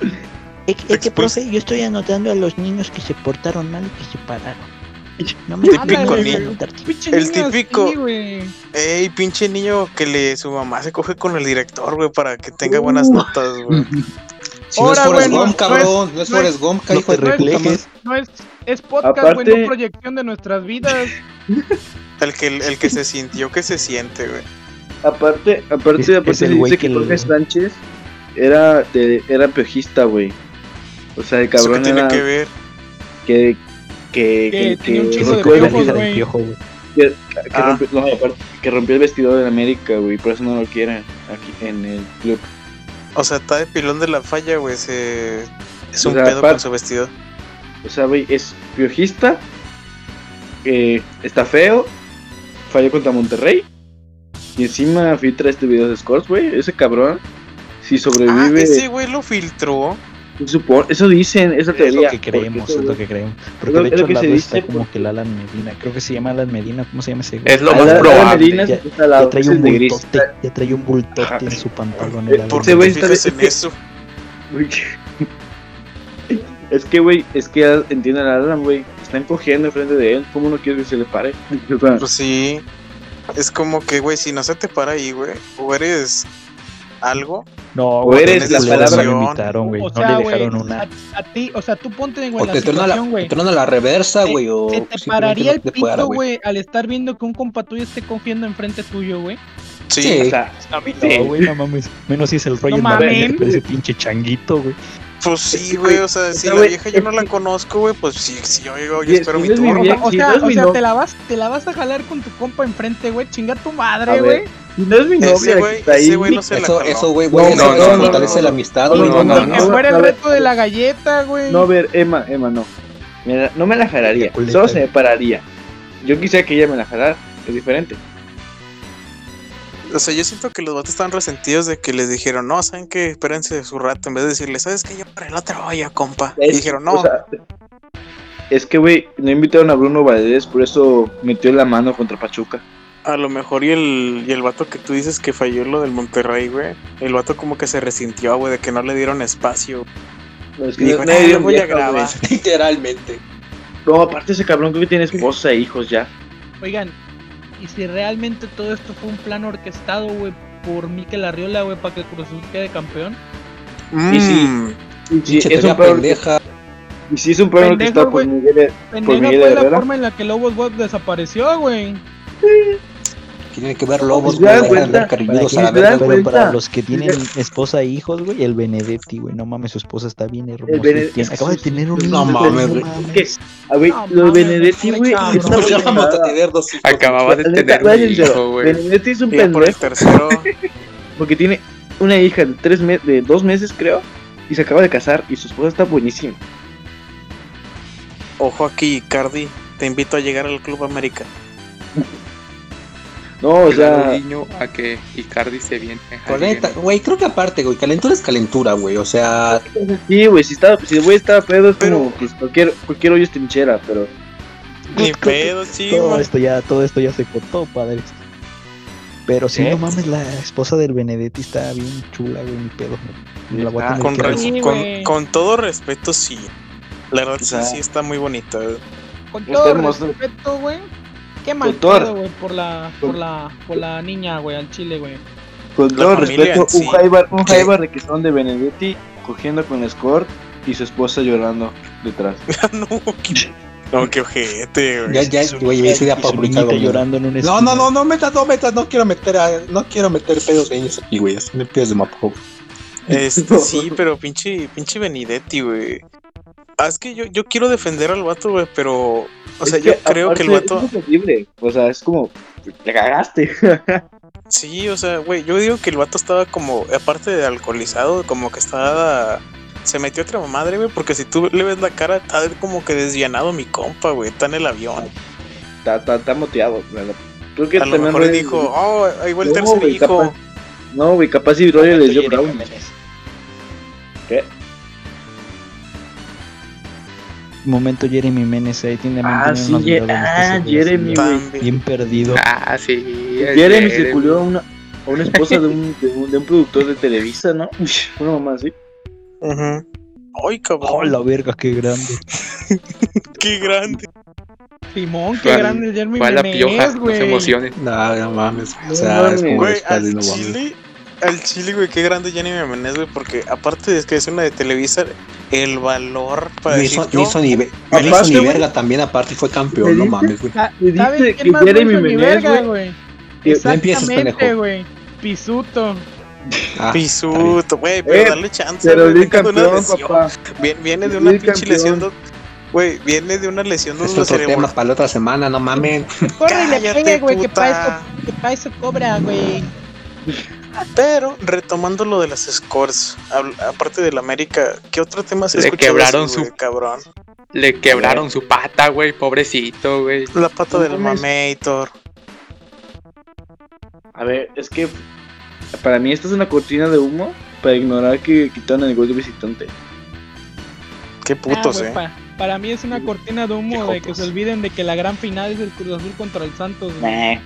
[SPEAKER 9] que- es que,
[SPEAKER 1] Expus-
[SPEAKER 9] profe, yo estoy anotando a los niños que se portaron mal y que se pararon. No me
[SPEAKER 1] Típico
[SPEAKER 9] pongas a
[SPEAKER 1] niño.
[SPEAKER 9] anotarte.
[SPEAKER 4] Pinche
[SPEAKER 1] El
[SPEAKER 4] niño así,
[SPEAKER 1] típico-
[SPEAKER 4] güey.
[SPEAKER 1] Ey, pinche niño que le su mamá se coge con el director, güey, para que tenga buenas
[SPEAKER 7] Uh.
[SPEAKER 1] notas, güey.
[SPEAKER 10] Si no es
[SPEAKER 4] Ahora,
[SPEAKER 10] Forrest
[SPEAKER 4] bueno,
[SPEAKER 10] Gump,
[SPEAKER 4] no es-
[SPEAKER 10] cabrón. No es
[SPEAKER 4] no es-
[SPEAKER 10] Forrest Gump,
[SPEAKER 2] no
[SPEAKER 10] hijo
[SPEAKER 2] te
[SPEAKER 10] de puta
[SPEAKER 2] reflejes.
[SPEAKER 10] madre.
[SPEAKER 4] No es, es podcast, güey,
[SPEAKER 7] Aparte-
[SPEAKER 4] no proyección de nuestras vidas.
[SPEAKER 1] El que, el que se sintió que se siente, güey.
[SPEAKER 7] Aparte, aparte,
[SPEAKER 2] Es-
[SPEAKER 7] aparte
[SPEAKER 2] es
[SPEAKER 7] se
[SPEAKER 2] el güey
[SPEAKER 7] dice
[SPEAKER 2] que
[SPEAKER 7] que
[SPEAKER 2] le-
[SPEAKER 7] Jorge Sánchez era, de- era piojista, güey. O sea, el
[SPEAKER 1] ¿Eso qué
[SPEAKER 7] cabrón
[SPEAKER 1] tiene
[SPEAKER 7] era
[SPEAKER 1] que ver?
[SPEAKER 7] que que
[SPEAKER 4] Que
[SPEAKER 7] que
[SPEAKER 4] tenía un
[SPEAKER 7] que-
[SPEAKER 4] chingo
[SPEAKER 7] que
[SPEAKER 4] de
[SPEAKER 7] fue
[SPEAKER 4] piojos,
[SPEAKER 2] la
[SPEAKER 7] elegido-
[SPEAKER 2] vida
[SPEAKER 4] güey.
[SPEAKER 2] del piojo, güey.
[SPEAKER 7] que
[SPEAKER 2] Ah.
[SPEAKER 7] rompió, no, y aparte, que rompió el vestido de América, güey, por eso no lo quieren aquí en el club.
[SPEAKER 1] O sea, está de pilón de la falla, güey. Se... Es
[SPEAKER 7] O
[SPEAKER 1] un
[SPEAKER 7] sea,
[SPEAKER 1] pedo
[SPEAKER 7] aparte-
[SPEAKER 1] con su vestido.
[SPEAKER 7] O sea, güey, es piojista, eh, está feo, falló contra Monterrey y encima filtra este video de Scores, güey. Ese cabrón, si
[SPEAKER 1] Ah,
[SPEAKER 7] sobrevive,
[SPEAKER 1] ese güey lo filtró.
[SPEAKER 7] se supone- eso dicen, esa
[SPEAKER 2] Es
[SPEAKER 7] teoría.
[SPEAKER 2] lo que creemos,
[SPEAKER 7] porque ese
[SPEAKER 2] es lo
[SPEAKER 7] güey-
[SPEAKER 2] que creemos.
[SPEAKER 7] es
[SPEAKER 2] Porque
[SPEAKER 7] lo-
[SPEAKER 2] de
[SPEAKER 7] es
[SPEAKER 2] hecho
[SPEAKER 7] lo que
[SPEAKER 2] al lado
[SPEAKER 7] se
[SPEAKER 2] está
[SPEAKER 7] dice,
[SPEAKER 2] como que el Alan Medina. Creo que se llama Alan Medina. ¿Cómo se llama ese Ah, güey?
[SPEAKER 6] Es lo
[SPEAKER 7] Alan-
[SPEAKER 6] más
[SPEAKER 7] Alan
[SPEAKER 6] probable.
[SPEAKER 7] Medina
[SPEAKER 2] Ya-
[SPEAKER 7] está al lado,
[SPEAKER 2] Ya trae
[SPEAKER 7] ese
[SPEAKER 2] un
[SPEAKER 7] es de gris.
[SPEAKER 2] bultote, ya trae un bultote en su pantalón. el Alan
[SPEAKER 1] ¿Por
[SPEAKER 7] Ese
[SPEAKER 1] qué
[SPEAKER 2] Medina.
[SPEAKER 7] güey
[SPEAKER 1] te
[SPEAKER 7] está-
[SPEAKER 1] fijas en
[SPEAKER 7] es que-
[SPEAKER 1] eso?
[SPEAKER 7] Güey. Es que, güey, es que entiende a Alan, güey. Están cogiendo enfrente de él. ¿Cómo no quiere que se le pare? O sea,
[SPEAKER 1] Pues sí. Es como que, güey, si no se te para ahí, güey, o eres algo.
[SPEAKER 2] No,
[SPEAKER 7] O
[SPEAKER 2] güey,
[SPEAKER 7] eres
[SPEAKER 2] los
[SPEAKER 7] la
[SPEAKER 2] culeros
[SPEAKER 7] palabra-
[SPEAKER 2] No lo invitaron, güey.
[SPEAKER 4] o
[SPEAKER 2] No
[SPEAKER 4] sea,
[SPEAKER 2] le
[SPEAKER 4] güey,
[SPEAKER 2] dejaron una.
[SPEAKER 4] a, a ti, o sea, tú ponte en
[SPEAKER 10] O
[SPEAKER 4] la
[SPEAKER 10] te torna
[SPEAKER 4] situación,
[SPEAKER 10] la,
[SPEAKER 4] güey.
[SPEAKER 10] te truena la reversa, güey. o
[SPEAKER 4] Se te
[SPEAKER 5] pues,
[SPEAKER 10] simplemente
[SPEAKER 4] pararía
[SPEAKER 10] no
[SPEAKER 4] el
[SPEAKER 10] te para,
[SPEAKER 4] pito, güey, al estar viendo que un compa tuyo esté cogiendo enfrente tuyo, güey.
[SPEAKER 1] Sí.
[SPEAKER 10] Sí.
[SPEAKER 7] o sea,
[SPEAKER 2] No, güey, no mames. Menos si es el rollo
[SPEAKER 4] No mamen.
[SPEAKER 2] ese pinche changuito, güey.
[SPEAKER 1] Pues sí, güey. O sea,
[SPEAKER 7] Esa,
[SPEAKER 1] si la
[SPEAKER 7] güey,
[SPEAKER 1] vieja yo
[SPEAKER 7] es
[SPEAKER 1] no la
[SPEAKER 7] que-
[SPEAKER 1] conozco, güey, pues sí, sí, yo, yo, yo
[SPEAKER 7] Sí,
[SPEAKER 1] espero
[SPEAKER 7] sí,
[SPEAKER 1] mi
[SPEAKER 7] es mi
[SPEAKER 1] turno.
[SPEAKER 7] vieja.
[SPEAKER 4] O
[SPEAKER 7] Sí,
[SPEAKER 4] sea,
[SPEAKER 7] no es
[SPEAKER 4] o
[SPEAKER 7] mi
[SPEAKER 4] sea,
[SPEAKER 7] no-
[SPEAKER 4] te la vas, te la vas a jalar con tu compa enfrente, güey. Chinga tu madre,
[SPEAKER 7] A ver,
[SPEAKER 4] güey.
[SPEAKER 7] si no es mi novia
[SPEAKER 1] Ese
[SPEAKER 7] la que
[SPEAKER 1] güey,
[SPEAKER 7] está
[SPEAKER 1] ese
[SPEAKER 7] ahí,
[SPEAKER 1] güey no se la
[SPEAKER 10] Eso,
[SPEAKER 1] jaló.
[SPEAKER 10] eso, güey,
[SPEAKER 7] No,
[SPEAKER 10] güey, eso
[SPEAKER 7] no,
[SPEAKER 10] eso
[SPEAKER 7] no, no,
[SPEAKER 10] fortalece
[SPEAKER 7] no.
[SPEAKER 10] la amistad,
[SPEAKER 7] No,
[SPEAKER 10] güey. No, no,
[SPEAKER 4] Aunque
[SPEAKER 10] no.
[SPEAKER 4] fuera
[SPEAKER 7] a
[SPEAKER 4] el
[SPEAKER 7] ver.
[SPEAKER 4] reto de la galleta, güey.
[SPEAKER 7] No, a ver, Emma, Emma, no. Me la- no me la jalaría.
[SPEAKER 2] Qué culeta,
[SPEAKER 7] Solo se me
[SPEAKER 2] güey.
[SPEAKER 7] pararía. Yo quisiera que ella me la jalara. Es diferente.
[SPEAKER 1] O sea, yo siento que los vatos están resentidos de que les dijeron, no, saben que espérense su rato, en vez de decirle, ¿sabes qué? Ya para el otro, oye, compa. Y
[SPEAKER 7] Es-
[SPEAKER 1] dijeron, no,
[SPEAKER 7] o sea, es que, güey, no invitaron a Bruno Valdés. Por eso metió la mano contra Pachuca.
[SPEAKER 1] a lo mejor y el, y el vato que tú dices que falló lo del Monterrey, güey. El vato como que se resintió, güey, de que no le dieron espacio.
[SPEAKER 7] Es
[SPEAKER 1] Y dijo,
[SPEAKER 7] no- no
[SPEAKER 1] "Ah,
[SPEAKER 7] le
[SPEAKER 1] yo
[SPEAKER 7] dieron
[SPEAKER 1] voy a
[SPEAKER 7] vieja, güey".
[SPEAKER 1] grabar.
[SPEAKER 10] Literalmente.
[SPEAKER 7] No, aparte ese cabrón creo que tiene esposa e hijos ya.
[SPEAKER 4] Oigan, y si realmente todo esto fue un plan orquestado, güey, por Mikel Arriola, güey, para que Cruz Azul quede campeón.
[SPEAKER 1] Mm,
[SPEAKER 7] Y sí. Y si
[SPEAKER 10] Pinche
[SPEAKER 7] es
[SPEAKER 10] teoría
[SPEAKER 7] un peor,
[SPEAKER 10] pendeja.
[SPEAKER 7] y si es un peor que
[SPEAKER 4] Pendejo,
[SPEAKER 7] está por
[SPEAKER 4] güey.
[SPEAKER 7] Miguel.
[SPEAKER 4] Pendeja
[SPEAKER 7] Miguel
[SPEAKER 4] fue la
[SPEAKER 7] Herrera.
[SPEAKER 4] forma en la que Lobos Web desapareció, güey.
[SPEAKER 10] Tiene que ver lobos,
[SPEAKER 7] ¿Te das
[SPEAKER 10] güey. dejan de
[SPEAKER 7] cuenta?
[SPEAKER 10] andar cariñudos a
[SPEAKER 7] ¿Para
[SPEAKER 10] la
[SPEAKER 7] qué te das
[SPEAKER 10] verga.
[SPEAKER 2] Pero para
[SPEAKER 7] cuenta?
[SPEAKER 2] los que tienen esposa e hijos, güey, el Benedetti, güey. No mames, su esposa está bien hermosa.
[SPEAKER 7] El Bene-
[SPEAKER 2] Tiene- acaba de tener un
[SPEAKER 10] No
[SPEAKER 2] hijo.
[SPEAKER 10] mames,
[SPEAKER 2] no
[SPEAKER 10] güey.
[SPEAKER 2] mames.
[SPEAKER 7] A ver,
[SPEAKER 4] No,
[SPEAKER 7] los
[SPEAKER 4] mames,
[SPEAKER 7] Benedetti,
[SPEAKER 4] pobre
[SPEAKER 7] güey.
[SPEAKER 4] cabrón.
[SPEAKER 7] es una
[SPEAKER 10] Nos llevamos a
[SPEAKER 7] pendejada.
[SPEAKER 10] tener dos hijos.
[SPEAKER 6] Acababa de
[SPEAKER 7] La neta,
[SPEAKER 6] tener
[SPEAKER 7] voy a
[SPEAKER 6] un
[SPEAKER 7] ser sincero,
[SPEAKER 6] hijo, güey.
[SPEAKER 7] Benedetti es un
[SPEAKER 1] y ya por el
[SPEAKER 7] pendejo
[SPEAKER 1] tercero,
[SPEAKER 7] porque tiene una hija de tres me- de dos meses, creo, y se acaba de casar y su esposa está buenísima.
[SPEAKER 1] ojo aquí, Cardi, te invito a llegar al Club América.
[SPEAKER 7] No, o
[SPEAKER 6] Claro,
[SPEAKER 7] sea,
[SPEAKER 6] guiño a que Icardi se viene.
[SPEAKER 10] Con neta, güey, creo que aparte, güey, calentura es calentura, güey. O sea,
[SPEAKER 7] sí, güey, si estaba, si el güey estaba pedo, es
[SPEAKER 1] Pero-
[SPEAKER 7] como que cualquier, cualquier hoyo es trinchera, pero
[SPEAKER 1] Ni pedo, sí,
[SPEAKER 2] Todo
[SPEAKER 1] güey.
[SPEAKER 2] esto ya, todo esto ya se cortó, padres. Pero sí, no mames, la esposa del Benedetti está bien chula, güey, mi pedo. La voy a
[SPEAKER 7] Está
[SPEAKER 2] tener
[SPEAKER 1] Con,
[SPEAKER 2] que
[SPEAKER 1] res-
[SPEAKER 2] rezar.
[SPEAKER 4] Sí,
[SPEAKER 1] con,
[SPEAKER 4] güey.
[SPEAKER 1] con todo respeto, sí. La verdad,
[SPEAKER 7] O
[SPEAKER 1] sí,
[SPEAKER 7] sea,
[SPEAKER 1] sí está muy eh. bonita.
[SPEAKER 4] Con
[SPEAKER 7] Está
[SPEAKER 4] todo
[SPEAKER 7] hermoso.
[SPEAKER 4] respeto, güey. Qué mal
[SPEAKER 7] Con todo
[SPEAKER 4] pedo,
[SPEAKER 7] re-
[SPEAKER 4] güey, por la, por la, por la niña, güey, al chile, güey.
[SPEAKER 7] con
[SPEAKER 1] La
[SPEAKER 7] todo
[SPEAKER 1] familia
[SPEAKER 7] respeto,
[SPEAKER 1] en
[SPEAKER 7] un
[SPEAKER 1] sí.
[SPEAKER 7] jaibar, un
[SPEAKER 10] Sí.
[SPEAKER 7] jaibar de que son de Benedetti cogiendo con Score y su esposa llorando detrás.
[SPEAKER 1] Ah, no, qué, no, qué ojete, güey.
[SPEAKER 10] ya, ya, güey,
[SPEAKER 2] Y
[SPEAKER 10] me hice idea
[SPEAKER 2] su
[SPEAKER 10] para publicar
[SPEAKER 2] niñita
[SPEAKER 10] algo.
[SPEAKER 2] llorando en un
[SPEAKER 10] No, no, no, no metas, no metas, no quiero meter a, no quiero meter pedos de niños aquí, güey. Así me pides de mapa. güey.
[SPEAKER 1] Este, sí, pero pinche, pinche Benedetti, güey. Ah, es que yo, yo quiero defender al vato, güey, pero. O sea,
[SPEAKER 7] Es
[SPEAKER 1] yo creo que el
[SPEAKER 7] aparte,
[SPEAKER 1] vato.
[SPEAKER 7] Es imposible. O sea, es como. Te cagaste.
[SPEAKER 1] Sí, o sea, güey, yo digo que el vato estaba como, aparte de alcoholizado, como que estaba. Se metió otra madre, güey, porque si tú le ves la cara, está como que desvianado mi compa, güey, está en el avión.
[SPEAKER 7] Está, está, está moteado. la verdad. Creo que este
[SPEAKER 1] A lo
[SPEAKER 7] también
[SPEAKER 1] mejor le
[SPEAKER 7] Roger-
[SPEAKER 1] dijo, oh, ahí va el
[SPEAKER 7] No,
[SPEAKER 1] tercer
[SPEAKER 7] güey,
[SPEAKER 1] hijo.
[SPEAKER 7] capaz- No, güey, capaz si Roger les dio brownies.
[SPEAKER 2] Momento Jeremy Menes ahí tiene
[SPEAKER 7] Ah, sí, Ye- ah, Jeremy, güey.
[SPEAKER 1] También.
[SPEAKER 2] Bien perdido.
[SPEAKER 6] Ah, sí. el
[SPEAKER 7] Jeremy se culió a una, a una esposa de un, de, un, de un productor de Televisa, ¿no? Una mamá así.
[SPEAKER 1] Ujú. Ay, cabrón.
[SPEAKER 2] Oh, la verga, qué grande.
[SPEAKER 1] Qué grande.
[SPEAKER 4] Simón,
[SPEAKER 6] Fue
[SPEAKER 4] qué
[SPEAKER 6] al-
[SPEAKER 4] grande el Jeremy
[SPEAKER 6] Fue a la
[SPEAKER 4] Menez,
[SPEAKER 6] pioja, no
[SPEAKER 4] güey.
[SPEAKER 6] se emocionen.
[SPEAKER 10] No, no mames.
[SPEAKER 7] No
[SPEAKER 10] o sea, es
[SPEAKER 7] mames.
[SPEAKER 10] como
[SPEAKER 1] Güey,
[SPEAKER 10] después de
[SPEAKER 1] al
[SPEAKER 10] no mames.
[SPEAKER 1] chile, al chile, güey, qué grande Jenny Menéndez, güey, porque aparte de que es una de Televisa, el valor para
[SPEAKER 10] No
[SPEAKER 1] decir,
[SPEAKER 10] hizo,
[SPEAKER 1] yo-
[SPEAKER 10] no hizo ni, ve- no hizo
[SPEAKER 7] Aparte,
[SPEAKER 10] ni
[SPEAKER 7] güey.
[SPEAKER 10] verga también, aparte fue campeón, no mames, güey.
[SPEAKER 7] Ah, me
[SPEAKER 4] ¿Sabes
[SPEAKER 7] dice
[SPEAKER 4] quién más no hizo ni
[SPEAKER 7] Menez,
[SPEAKER 4] verga, güey?
[SPEAKER 10] Ya- ya empiezas,
[SPEAKER 4] Exactamente,
[SPEAKER 10] pendejo.
[SPEAKER 4] güey. Pisuto.
[SPEAKER 10] Ah,
[SPEAKER 1] Pisuto, güey, pero
[SPEAKER 7] Eh,
[SPEAKER 1] dale chance.
[SPEAKER 7] Pero
[SPEAKER 1] güey,
[SPEAKER 7] el
[SPEAKER 1] venga de una
[SPEAKER 7] campeón,
[SPEAKER 1] lesión.
[SPEAKER 7] papá.
[SPEAKER 1] Vien- viene de una
[SPEAKER 7] League
[SPEAKER 1] pinche
[SPEAKER 7] campeón.
[SPEAKER 1] lesión. do- Güey, viene de una lesión
[SPEAKER 10] es otro tema
[SPEAKER 1] cerebral.
[SPEAKER 10] para la otra semana, no mames.
[SPEAKER 4] Corre y le
[SPEAKER 1] Cállate,
[SPEAKER 4] pega, güey, que pa'
[SPEAKER 1] puta.
[SPEAKER 4] eso, que pa' eso cobra, güey.
[SPEAKER 1] Pero retomando lo de las scores, habl- aparte del América, ¿qué otro tema se
[SPEAKER 6] Le
[SPEAKER 1] escuchó de
[SPEAKER 6] quebraron
[SPEAKER 1] ese,
[SPEAKER 6] su-
[SPEAKER 1] güey, cabrón?
[SPEAKER 6] Le quebraron su pata, güey, pobrecito, güey.
[SPEAKER 1] La pata
[SPEAKER 7] No
[SPEAKER 1] del
[SPEAKER 7] mames.
[SPEAKER 1] Mamator.
[SPEAKER 7] A ver, es que para mí esta es una cortina de humo para ignorar que quitaron el gol de visitante.
[SPEAKER 1] Qué putos,
[SPEAKER 4] Ah, güey,
[SPEAKER 1] eh.
[SPEAKER 4] pa- para mí es una cortina de humo de que se olviden de que la gran final es el Cruz Azul contra el Santos, güey.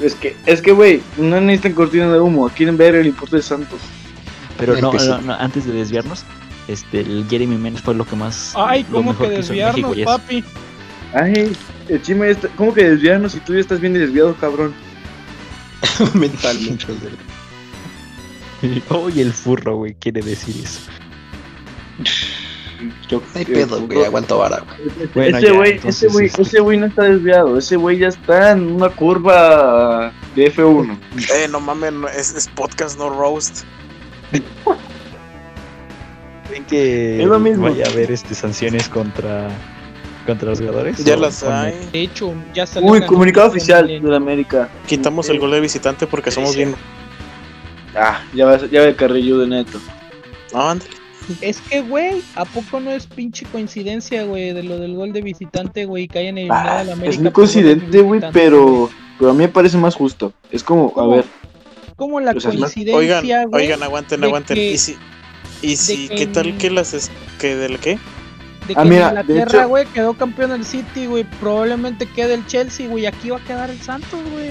[SPEAKER 7] Es que, es que, güey, no necesitan cortina de humo. Quieren ver el importe de Santos.
[SPEAKER 2] Pero no,
[SPEAKER 10] Empecé.
[SPEAKER 2] no, no, antes de desviarnos, este, el Jeremy Mendes fue lo que más.
[SPEAKER 4] Ay,
[SPEAKER 2] lo
[SPEAKER 4] cómo que
[SPEAKER 2] mejor hizo en
[SPEAKER 4] desviarnos,
[SPEAKER 2] México, y es-
[SPEAKER 4] papi.
[SPEAKER 7] Ay, el chime está. ¿Cómo que desviarnos si tú ya estás bien desviado, cabrón?
[SPEAKER 10] Mental mucho, güey.
[SPEAKER 2] Oye, el furro, güey, quiere decir eso.
[SPEAKER 7] Yo,
[SPEAKER 10] No hay pedo, güey, aguanto vara, güey.
[SPEAKER 2] Bueno,
[SPEAKER 7] ese
[SPEAKER 2] ya,
[SPEAKER 7] güey,
[SPEAKER 2] entonces,
[SPEAKER 7] ese güey,
[SPEAKER 2] este,
[SPEAKER 7] ese güey no está desviado, ese güey ya está en una curva de F1.
[SPEAKER 1] Eh, no mames, no- es, es podcast, no roast.
[SPEAKER 2] ¿creen que
[SPEAKER 7] Es lo mismo.
[SPEAKER 2] vaya a haber este, sanciones contra, contra los jugadores?
[SPEAKER 1] Ya
[SPEAKER 2] ¿O-
[SPEAKER 1] las
[SPEAKER 2] o no?
[SPEAKER 1] hay.
[SPEAKER 4] De hecho, ya salió.
[SPEAKER 7] Uy,
[SPEAKER 4] una
[SPEAKER 7] comunicado
[SPEAKER 4] noticia
[SPEAKER 7] oficial
[SPEAKER 4] en
[SPEAKER 7] de la América.
[SPEAKER 1] Quitamos el gol de visitante porque somos bien.
[SPEAKER 7] Ah, ya va, ya va el carrillo de neto.
[SPEAKER 1] No, ándale.
[SPEAKER 4] Es que, güey, ¿a poco no es pinche coincidencia, güey, de lo del gol de visitante, güey, que hayan eliminado a la América?
[SPEAKER 7] Ah, es muy
[SPEAKER 4] por gol de
[SPEAKER 7] coincidente, güey,
[SPEAKER 4] visitante,
[SPEAKER 7] pero, pero a mí me parece más justo. Es como, a
[SPEAKER 4] ¿Cómo?
[SPEAKER 7] ver,
[SPEAKER 4] ¿Cómo la
[SPEAKER 7] O sea, es más-
[SPEAKER 1] Oigan,
[SPEAKER 4] coincidencia, güey,
[SPEAKER 1] oigan, aguanten,
[SPEAKER 4] de
[SPEAKER 1] aguanten.
[SPEAKER 4] que-
[SPEAKER 1] y si, y si
[SPEAKER 4] que
[SPEAKER 1] ¿qué tal
[SPEAKER 4] en-
[SPEAKER 1] que las es- que del qué?
[SPEAKER 4] de que
[SPEAKER 7] Ah, mira, de
[SPEAKER 4] Inglaterra,
[SPEAKER 7] hecho-
[SPEAKER 4] güey, quedó campeón el City, güey, probablemente quede el Chelsea, güey, aquí va a quedar el Santos, güey.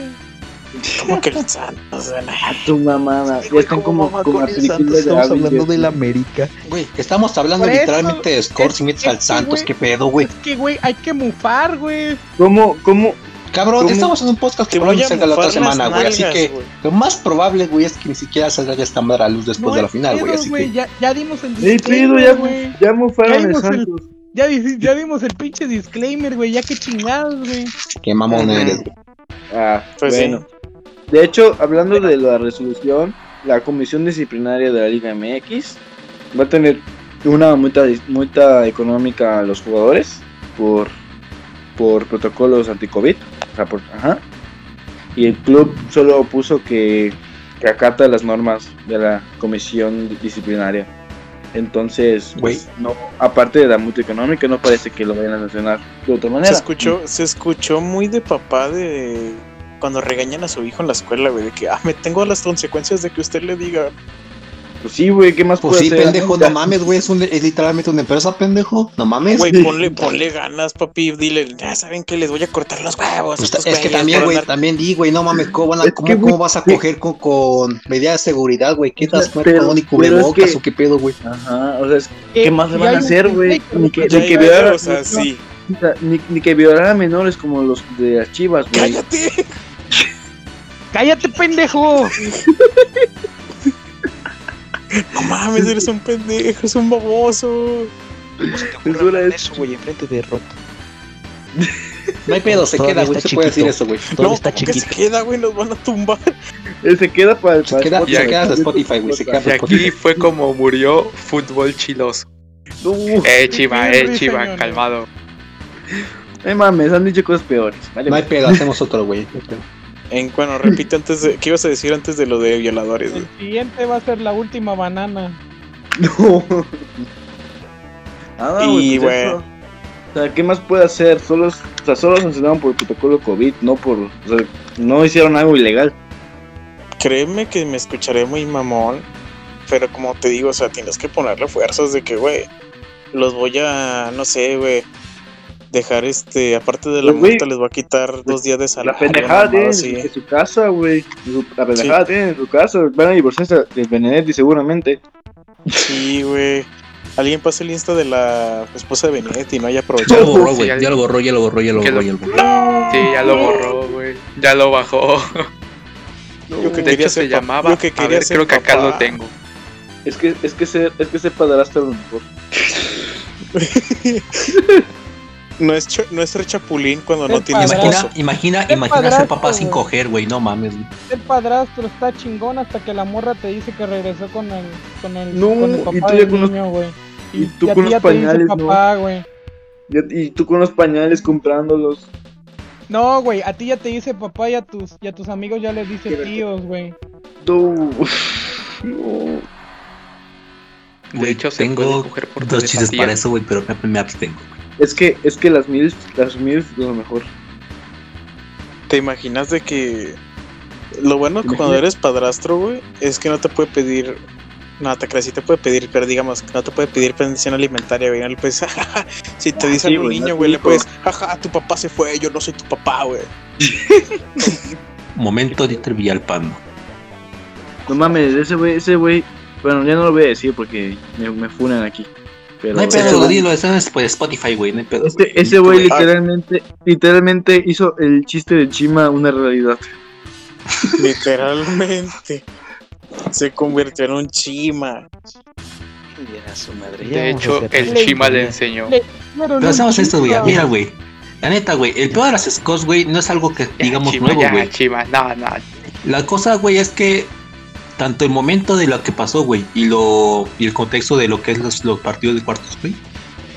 [SPEAKER 1] Como que el Santos, güey,
[SPEAKER 7] a tu mamada. ya están como, como las películas de
[SPEAKER 2] Estamos hablando
[SPEAKER 7] Avengers.
[SPEAKER 2] del América.
[SPEAKER 10] Güey, estamos hablando
[SPEAKER 4] Por eso,
[SPEAKER 10] literalmente de Scores y metes
[SPEAKER 4] es
[SPEAKER 10] al
[SPEAKER 4] que,
[SPEAKER 10] Santos,
[SPEAKER 4] güey,
[SPEAKER 10] qué pedo, güey.
[SPEAKER 4] Es que, güey, hay que mufar, güey.
[SPEAKER 7] ¿Cómo, cómo?
[SPEAKER 10] Cabrón,
[SPEAKER 7] ¿Cómo?
[SPEAKER 10] estamos en un podcast que
[SPEAKER 1] Te voy
[SPEAKER 10] probablemente
[SPEAKER 1] a
[SPEAKER 10] salga la otra
[SPEAKER 1] mofar las
[SPEAKER 10] semana, güey. Así
[SPEAKER 1] nalgas,
[SPEAKER 10] que
[SPEAKER 1] güey.
[SPEAKER 10] lo más probable, güey, es que ni siquiera salga ya esta madre a luz después
[SPEAKER 4] No
[SPEAKER 10] Pues de la
[SPEAKER 4] hay
[SPEAKER 10] final, güey.
[SPEAKER 4] pedo,
[SPEAKER 10] Así que
[SPEAKER 4] Ya, ya dimos el
[SPEAKER 7] Ey,
[SPEAKER 4] disclaimer,
[SPEAKER 7] pedo, ya,
[SPEAKER 4] güey.
[SPEAKER 7] ya mofaron el
[SPEAKER 4] Caímos el-
[SPEAKER 7] Santos.
[SPEAKER 4] Ya, di- ya dimos el pinche disclaimer, güey, ya que chingados, güey.
[SPEAKER 10] qué mamón
[SPEAKER 7] Ajá.
[SPEAKER 10] eres, güey.
[SPEAKER 7] Ah,
[SPEAKER 1] Pues sí.
[SPEAKER 7] bueno. De hecho, hablando de la resolución, la comisión disciplinaria de la Liga MX va a tener una multa, multa económica a los jugadores por, por protocolos anti-COVID. o sea, por- ajá. Y el club solo puso que, que acata las normas de la comisión disciplinaria. Entonces, pues, no, aparte de la multa económica, no parece que lo vayan a sancionar de otra manera.
[SPEAKER 1] Se escuchó, se escuchó muy de papá de cuando regañan a su hijo en la escuela, güey, de que ah, me tengo las consecuencias de que usted le diga.
[SPEAKER 7] Pues sí, güey, ¿qué más
[SPEAKER 10] Pues
[SPEAKER 7] puede
[SPEAKER 10] sí,
[SPEAKER 7] hacer?
[SPEAKER 10] pendejo, no mames, güey. Es, un- es literalmente una empresa, pendejo. No mames.
[SPEAKER 1] Güey, ponle, ponle ganas, papi, dile, ya saben que les voy a cortar los huevos. a
[SPEAKER 10] Pues,
[SPEAKER 1] estos
[SPEAKER 10] es que
[SPEAKER 1] güeyes
[SPEAKER 10] también,
[SPEAKER 1] por
[SPEAKER 10] güey,
[SPEAKER 1] andar".
[SPEAKER 10] también di, güey, no mames, ¿cómo, van a-
[SPEAKER 7] Es
[SPEAKER 10] cómo,
[SPEAKER 7] que, güey,
[SPEAKER 10] cómo vas a
[SPEAKER 7] sí.
[SPEAKER 10] coger con, con medidas de seguridad, güey? ¿Qué estás
[SPEAKER 7] Pero-
[SPEAKER 10] con
[SPEAKER 7] pero
[SPEAKER 10] ni
[SPEAKER 7] es
[SPEAKER 10] cubrebocas
[SPEAKER 7] que-
[SPEAKER 10] o qué pedo, güey?
[SPEAKER 7] Ajá, o sea, es- ¿qué más le
[SPEAKER 4] Ya
[SPEAKER 7] van a
[SPEAKER 4] hay un
[SPEAKER 7] hacer, güey?
[SPEAKER 4] disclaimer,
[SPEAKER 7] Ni que,
[SPEAKER 1] Ya
[SPEAKER 7] ni que
[SPEAKER 1] hay
[SPEAKER 7] violara,
[SPEAKER 1] videos así.
[SPEAKER 7] o sea, ni, ni que violara a menores como los de las chivas, güey.
[SPEAKER 1] ¡Cállate!
[SPEAKER 4] ¡Cállate, pendejo!
[SPEAKER 1] No mames, eres un pendejo, eres un baboso.
[SPEAKER 7] Es hora de-
[SPEAKER 2] Eso, güey, enfrente de Rock.
[SPEAKER 10] No hay pedo, se
[SPEAKER 2] Todavía
[SPEAKER 10] queda, güey.
[SPEAKER 2] está
[SPEAKER 10] Se puede decir
[SPEAKER 2] chiquito.
[SPEAKER 10] eso, güey.
[SPEAKER 2] Todo
[SPEAKER 1] no,
[SPEAKER 2] está
[SPEAKER 1] ¿cómo que
[SPEAKER 2] chiquito.
[SPEAKER 1] se queda, güey? Nos van a tumbar.
[SPEAKER 7] Él se queda para el
[SPEAKER 10] Se queda, se queda de Spotify, güey.
[SPEAKER 5] pues,
[SPEAKER 10] Se queda
[SPEAKER 6] Y
[SPEAKER 10] de
[SPEAKER 6] aquí
[SPEAKER 10] Spotify.
[SPEAKER 6] fue como murió fútbol chiloso. Eh, chiva, eh, chiva, calmado.
[SPEAKER 7] Ay, mames, han dicho cosas peores. Vale,
[SPEAKER 10] No hay pedo, hacemos otro, güey.
[SPEAKER 1] En, bueno, repito antes de. ¿Qué ibas a decir antes de lo de violadores, güey?
[SPEAKER 4] El siguiente va a ser la última banana.
[SPEAKER 7] no. Nada, güey.
[SPEAKER 1] Y,
[SPEAKER 7] pues
[SPEAKER 1] güey.
[SPEAKER 7] eso. O sea, ¿qué más puede hacer? Solo, o sea, solo sancionaron por el protocolo COVID, no por. O sea, no hicieron algo ilegal.
[SPEAKER 1] Créeme que me escucharé muy mamón, pero como te digo, o sea, tienes que ponerle fuerzas de que, güey, los voy a, no sé, güey, dejar este, aparte de la
[SPEAKER 7] Pues, güey,
[SPEAKER 1] multa, les voy a quitar dos días de salario.
[SPEAKER 7] La pendejada
[SPEAKER 1] mamada
[SPEAKER 7] tienen
[SPEAKER 1] así.
[SPEAKER 7] en su casa, güey. Su- La pendejada tienen en su casa. Van a divorciarse de Benedetti seguramente.
[SPEAKER 1] Sí, güey. Alguien pase el insta de la esposa de Benedetti, no haya
[SPEAKER 5] Ya
[SPEAKER 1] aprovechado.
[SPEAKER 5] lo borró, güey. Ya lo borró, ya lo borró, ya lo
[SPEAKER 6] Que
[SPEAKER 5] borró,
[SPEAKER 6] lo-
[SPEAKER 5] ya lo borró.
[SPEAKER 6] Sí, ya lo borró, güey. Ya lo bajó.
[SPEAKER 1] Yo que
[SPEAKER 6] de
[SPEAKER 1] quería
[SPEAKER 6] hecho,
[SPEAKER 1] ser
[SPEAKER 6] se
[SPEAKER 1] pa-
[SPEAKER 6] llamaba.
[SPEAKER 1] yo que
[SPEAKER 6] a
[SPEAKER 1] quería
[SPEAKER 6] ver,
[SPEAKER 1] ser
[SPEAKER 6] creo que acá
[SPEAKER 1] papá.
[SPEAKER 6] lo tengo.
[SPEAKER 7] Es que, es que ser, es que ser padrastro a lo mejor.
[SPEAKER 1] No es, cho- no es ser chapulín cuando no
[SPEAKER 4] Es
[SPEAKER 1] tiene
[SPEAKER 4] padrastro.
[SPEAKER 1] esposo.
[SPEAKER 5] Imagina, imagina,
[SPEAKER 4] Qué
[SPEAKER 5] imagina ser
[SPEAKER 4] padrastro,
[SPEAKER 5] papá sin
[SPEAKER 4] güey.
[SPEAKER 5] coger, güey. No mames. güey.
[SPEAKER 4] Ser padrastro está chingón hasta que la morra te dice que regresó con el, con el,
[SPEAKER 7] No,
[SPEAKER 4] con el
[SPEAKER 7] y
[SPEAKER 4] papá
[SPEAKER 7] tú ya
[SPEAKER 4] del
[SPEAKER 7] con los-
[SPEAKER 4] niño, güey.
[SPEAKER 7] y tú
[SPEAKER 4] a
[SPEAKER 7] con los
[SPEAKER 4] ti ya te dice
[SPEAKER 7] pañales, ¿no?
[SPEAKER 4] papá, güey.
[SPEAKER 7] Y, y tú con los pañales comprándolos.
[SPEAKER 4] No, güey, a ti ya te dice papá y a tus, y a tus amigos ya les dice tíos, güey.
[SPEAKER 7] No. No.
[SPEAKER 5] Güey,
[SPEAKER 6] hecho, se puede
[SPEAKER 5] tengo
[SPEAKER 6] coger por
[SPEAKER 5] dos chistes
[SPEAKER 6] telepatía.
[SPEAKER 5] para eso, güey, pero me, me abstengo.
[SPEAKER 7] Es que, es que las mil, las mil lo mejor.
[SPEAKER 1] ¿Te imaginas de que lo bueno que
[SPEAKER 7] Imagina-
[SPEAKER 1] cuando eres padrastro, güey, es que no te puede pedir no te creas, sí te puede pedir, pero digamos que no te puede pedir pensión alimentaria, güey. No le puedes, jajaja. si te dice
[SPEAKER 7] sí,
[SPEAKER 1] algún
[SPEAKER 7] güey, no
[SPEAKER 1] niño,
[SPEAKER 7] es
[SPEAKER 1] güey,
[SPEAKER 7] mi
[SPEAKER 1] le
[SPEAKER 7] hijo.
[SPEAKER 1] puedes, jaja, tu papá se fue, yo no soy tu papá, güey.
[SPEAKER 5] Momento Dieter Villalpando.
[SPEAKER 7] No mames, ese güey, ese güey. Bueno, ya no lo voy a decir porque me, me funan aquí. Pero
[SPEAKER 5] No hay
[SPEAKER 7] ese
[SPEAKER 5] pedo,
[SPEAKER 7] güey-
[SPEAKER 5] dilo, está en Sp- Spotify, güey. No hay pedo.
[SPEAKER 7] Este- ese güey literalmente, literalmente hizo el chiste de Chima una realidad.
[SPEAKER 1] Literalmente. Se convirtió en un chima.
[SPEAKER 2] Mira su madre. ya
[SPEAKER 6] De
[SPEAKER 2] vamos a
[SPEAKER 6] hecho,
[SPEAKER 2] hacer
[SPEAKER 6] el
[SPEAKER 4] Ley.
[SPEAKER 6] Chima le
[SPEAKER 2] Ley.
[SPEAKER 6] enseñó.
[SPEAKER 4] Pero
[SPEAKER 5] Pero hacemos esto, güey. Mira, güey. La neta, güey. El peor de las escorts, güey, no es algo que
[SPEAKER 6] Ya,
[SPEAKER 5] digamos
[SPEAKER 6] Chima,
[SPEAKER 5] nuevo,
[SPEAKER 6] ya,
[SPEAKER 5] güey.
[SPEAKER 6] Chima, no, no.
[SPEAKER 5] La cosa, güey, es que tanto el momento de lo que pasó, güey, y lo y el contexto de lo que es los, los partidos de cuartos, güey,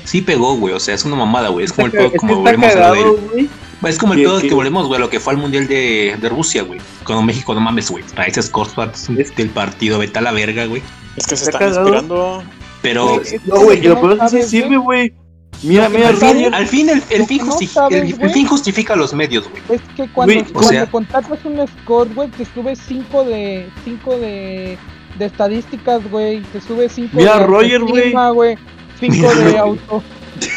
[SPEAKER 5] sí pegó, güey. O sea, es una mamada, güey. Es como el pedo como volvemos a lo del-
[SPEAKER 7] güey.
[SPEAKER 5] Es como el
[SPEAKER 7] Bien,
[SPEAKER 5] pedo
[SPEAKER 7] sí.
[SPEAKER 5] que volvemos, güey, a lo que fue al mundial de, de Rusia, güey. Cuando México, no mames, güey. Para esas cortos del partido, vete a la verga, güey.
[SPEAKER 1] Es que se
[SPEAKER 7] Está
[SPEAKER 1] están
[SPEAKER 7] cagado.
[SPEAKER 1] inspirando.
[SPEAKER 5] Pero
[SPEAKER 7] No, güey, que lo peor es que sí sirve, güey. Mira, mira,
[SPEAKER 5] al
[SPEAKER 7] Roger.
[SPEAKER 5] fin, al fin el, el fin
[SPEAKER 4] No
[SPEAKER 5] justi-
[SPEAKER 4] sabes,
[SPEAKER 5] el- el
[SPEAKER 4] güey.
[SPEAKER 5] fin justifica los medios, güey.
[SPEAKER 4] Es que cuando,
[SPEAKER 7] Güey, o
[SPEAKER 4] cuando
[SPEAKER 5] sea-
[SPEAKER 4] contratas un score, güey, te sube 5 de, 5 de, de estadísticas, güey. Te sube 5
[SPEAKER 7] Mira,
[SPEAKER 4] de
[SPEAKER 7] Roger,
[SPEAKER 4] autoestima, güey. 5
[SPEAKER 5] Mira,
[SPEAKER 4] de auto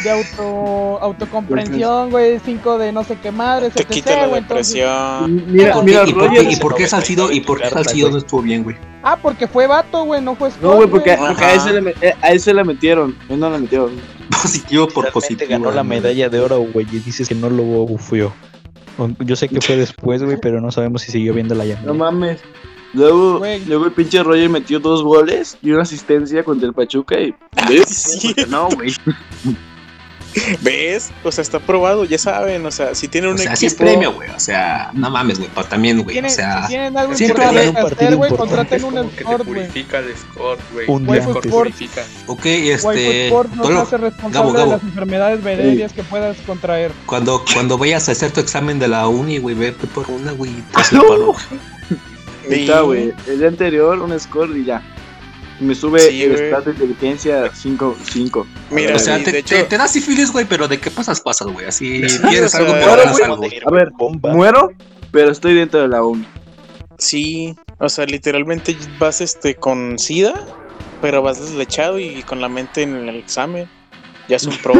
[SPEAKER 4] de auto autocomprensión, güey, 5 de no sé qué madres,
[SPEAKER 1] Te
[SPEAKER 4] etc,
[SPEAKER 1] quita la
[SPEAKER 4] Pues, güey, entonces-
[SPEAKER 1] depresión.
[SPEAKER 7] Mira,
[SPEAKER 5] ¿Por
[SPEAKER 7] mira,
[SPEAKER 5] qué? ¿Y por qué-
[SPEAKER 7] Roger.
[SPEAKER 5] ¿Y por qué Salcido, y por qué
[SPEAKER 1] Carta,
[SPEAKER 5] Salcido
[SPEAKER 1] güey.
[SPEAKER 5] no estuvo bien, güey?
[SPEAKER 4] Ah, porque fue vato, güey, no fue
[SPEAKER 7] No,
[SPEAKER 4] score,
[SPEAKER 7] güey, porque,
[SPEAKER 1] Ajá.
[SPEAKER 7] porque a, ese le, me- eh, a ese la metieron. Yo no la metieron.
[SPEAKER 5] Positivo por
[SPEAKER 2] Realmente
[SPEAKER 5] positivo.
[SPEAKER 2] ganó la
[SPEAKER 5] güey.
[SPEAKER 2] medalla de oro, güey, y dices que no lo bufeó. Yo sé que fue después, güey, pero no sabemos si siguió viendo la
[SPEAKER 7] No
[SPEAKER 2] llamada.
[SPEAKER 7] mames. Luego,
[SPEAKER 4] Güey.
[SPEAKER 7] luego el pinche Roger metió dos goles y una asistencia contra el Pachuca y.
[SPEAKER 1] Ah, Sí.
[SPEAKER 7] No, güey.
[SPEAKER 1] ¿Ves? O sea, está probado, ya saben. O sea, si tienen un
[SPEAKER 5] O sea,
[SPEAKER 1] equipo.
[SPEAKER 5] sí es premio, güey. O sea, no mames, güey. Pero también, güey. O
[SPEAKER 4] Tienen- si
[SPEAKER 5] sea,
[SPEAKER 4] tienen algo
[SPEAKER 5] siempre va a
[SPEAKER 2] un
[SPEAKER 4] importante que
[SPEAKER 5] haber
[SPEAKER 4] hacer,
[SPEAKER 2] partido
[SPEAKER 4] güey,
[SPEAKER 2] importante,
[SPEAKER 4] contraten
[SPEAKER 6] Es
[SPEAKER 4] un
[SPEAKER 6] como que te
[SPEAKER 4] score, güey.
[SPEAKER 6] purifica el score, güey.
[SPEAKER 2] Un
[SPEAKER 6] El
[SPEAKER 2] día
[SPEAKER 6] score
[SPEAKER 4] antes.
[SPEAKER 6] purifica.
[SPEAKER 5] ok,
[SPEAKER 4] White
[SPEAKER 5] este.
[SPEAKER 4] Food Sport no
[SPEAKER 5] Tolo,
[SPEAKER 4] se hace responsable
[SPEAKER 5] Gabo, Gabo.
[SPEAKER 4] de las enfermedades venéreas que puedas contraer.
[SPEAKER 5] cuando, cuando vayas a hacer tu examen de la uni, güey, ve por una, güey. y te
[SPEAKER 7] Ah,
[SPEAKER 5] hace
[SPEAKER 7] no.
[SPEAKER 5] paro.
[SPEAKER 1] Sí.
[SPEAKER 7] Está, güey. El día anterior, un score y ya. Y me sube
[SPEAKER 1] Sí,
[SPEAKER 7] el
[SPEAKER 1] güey.
[SPEAKER 7] estado de inteligencia 5.
[SPEAKER 1] Mira,
[SPEAKER 5] O sea,
[SPEAKER 1] y
[SPEAKER 5] te,
[SPEAKER 1] de hecho,
[SPEAKER 5] te, te da sífilis, güey, pero de qué pasas, pasas, güey. Así
[SPEAKER 1] Sí,
[SPEAKER 5] tienes
[SPEAKER 1] o
[SPEAKER 5] algo,
[SPEAKER 1] sea,
[SPEAKER 5] pero
[SPEAKER 1] ahora,
[SPEAKER 5] ganas
[SPEAKER 1] güey,
[SPEAKER 5] algo.
[SPEAKER 7] A ver,
[SPEAKER 2] Bomba.
[SPEAKER 7] muero, pero estoy dentro de la uni.
[SPEAKER 1] sí. O sea, literalmente vas este con SIDA, pero vas deslechado y con la mente en el examen. Ya es un pro.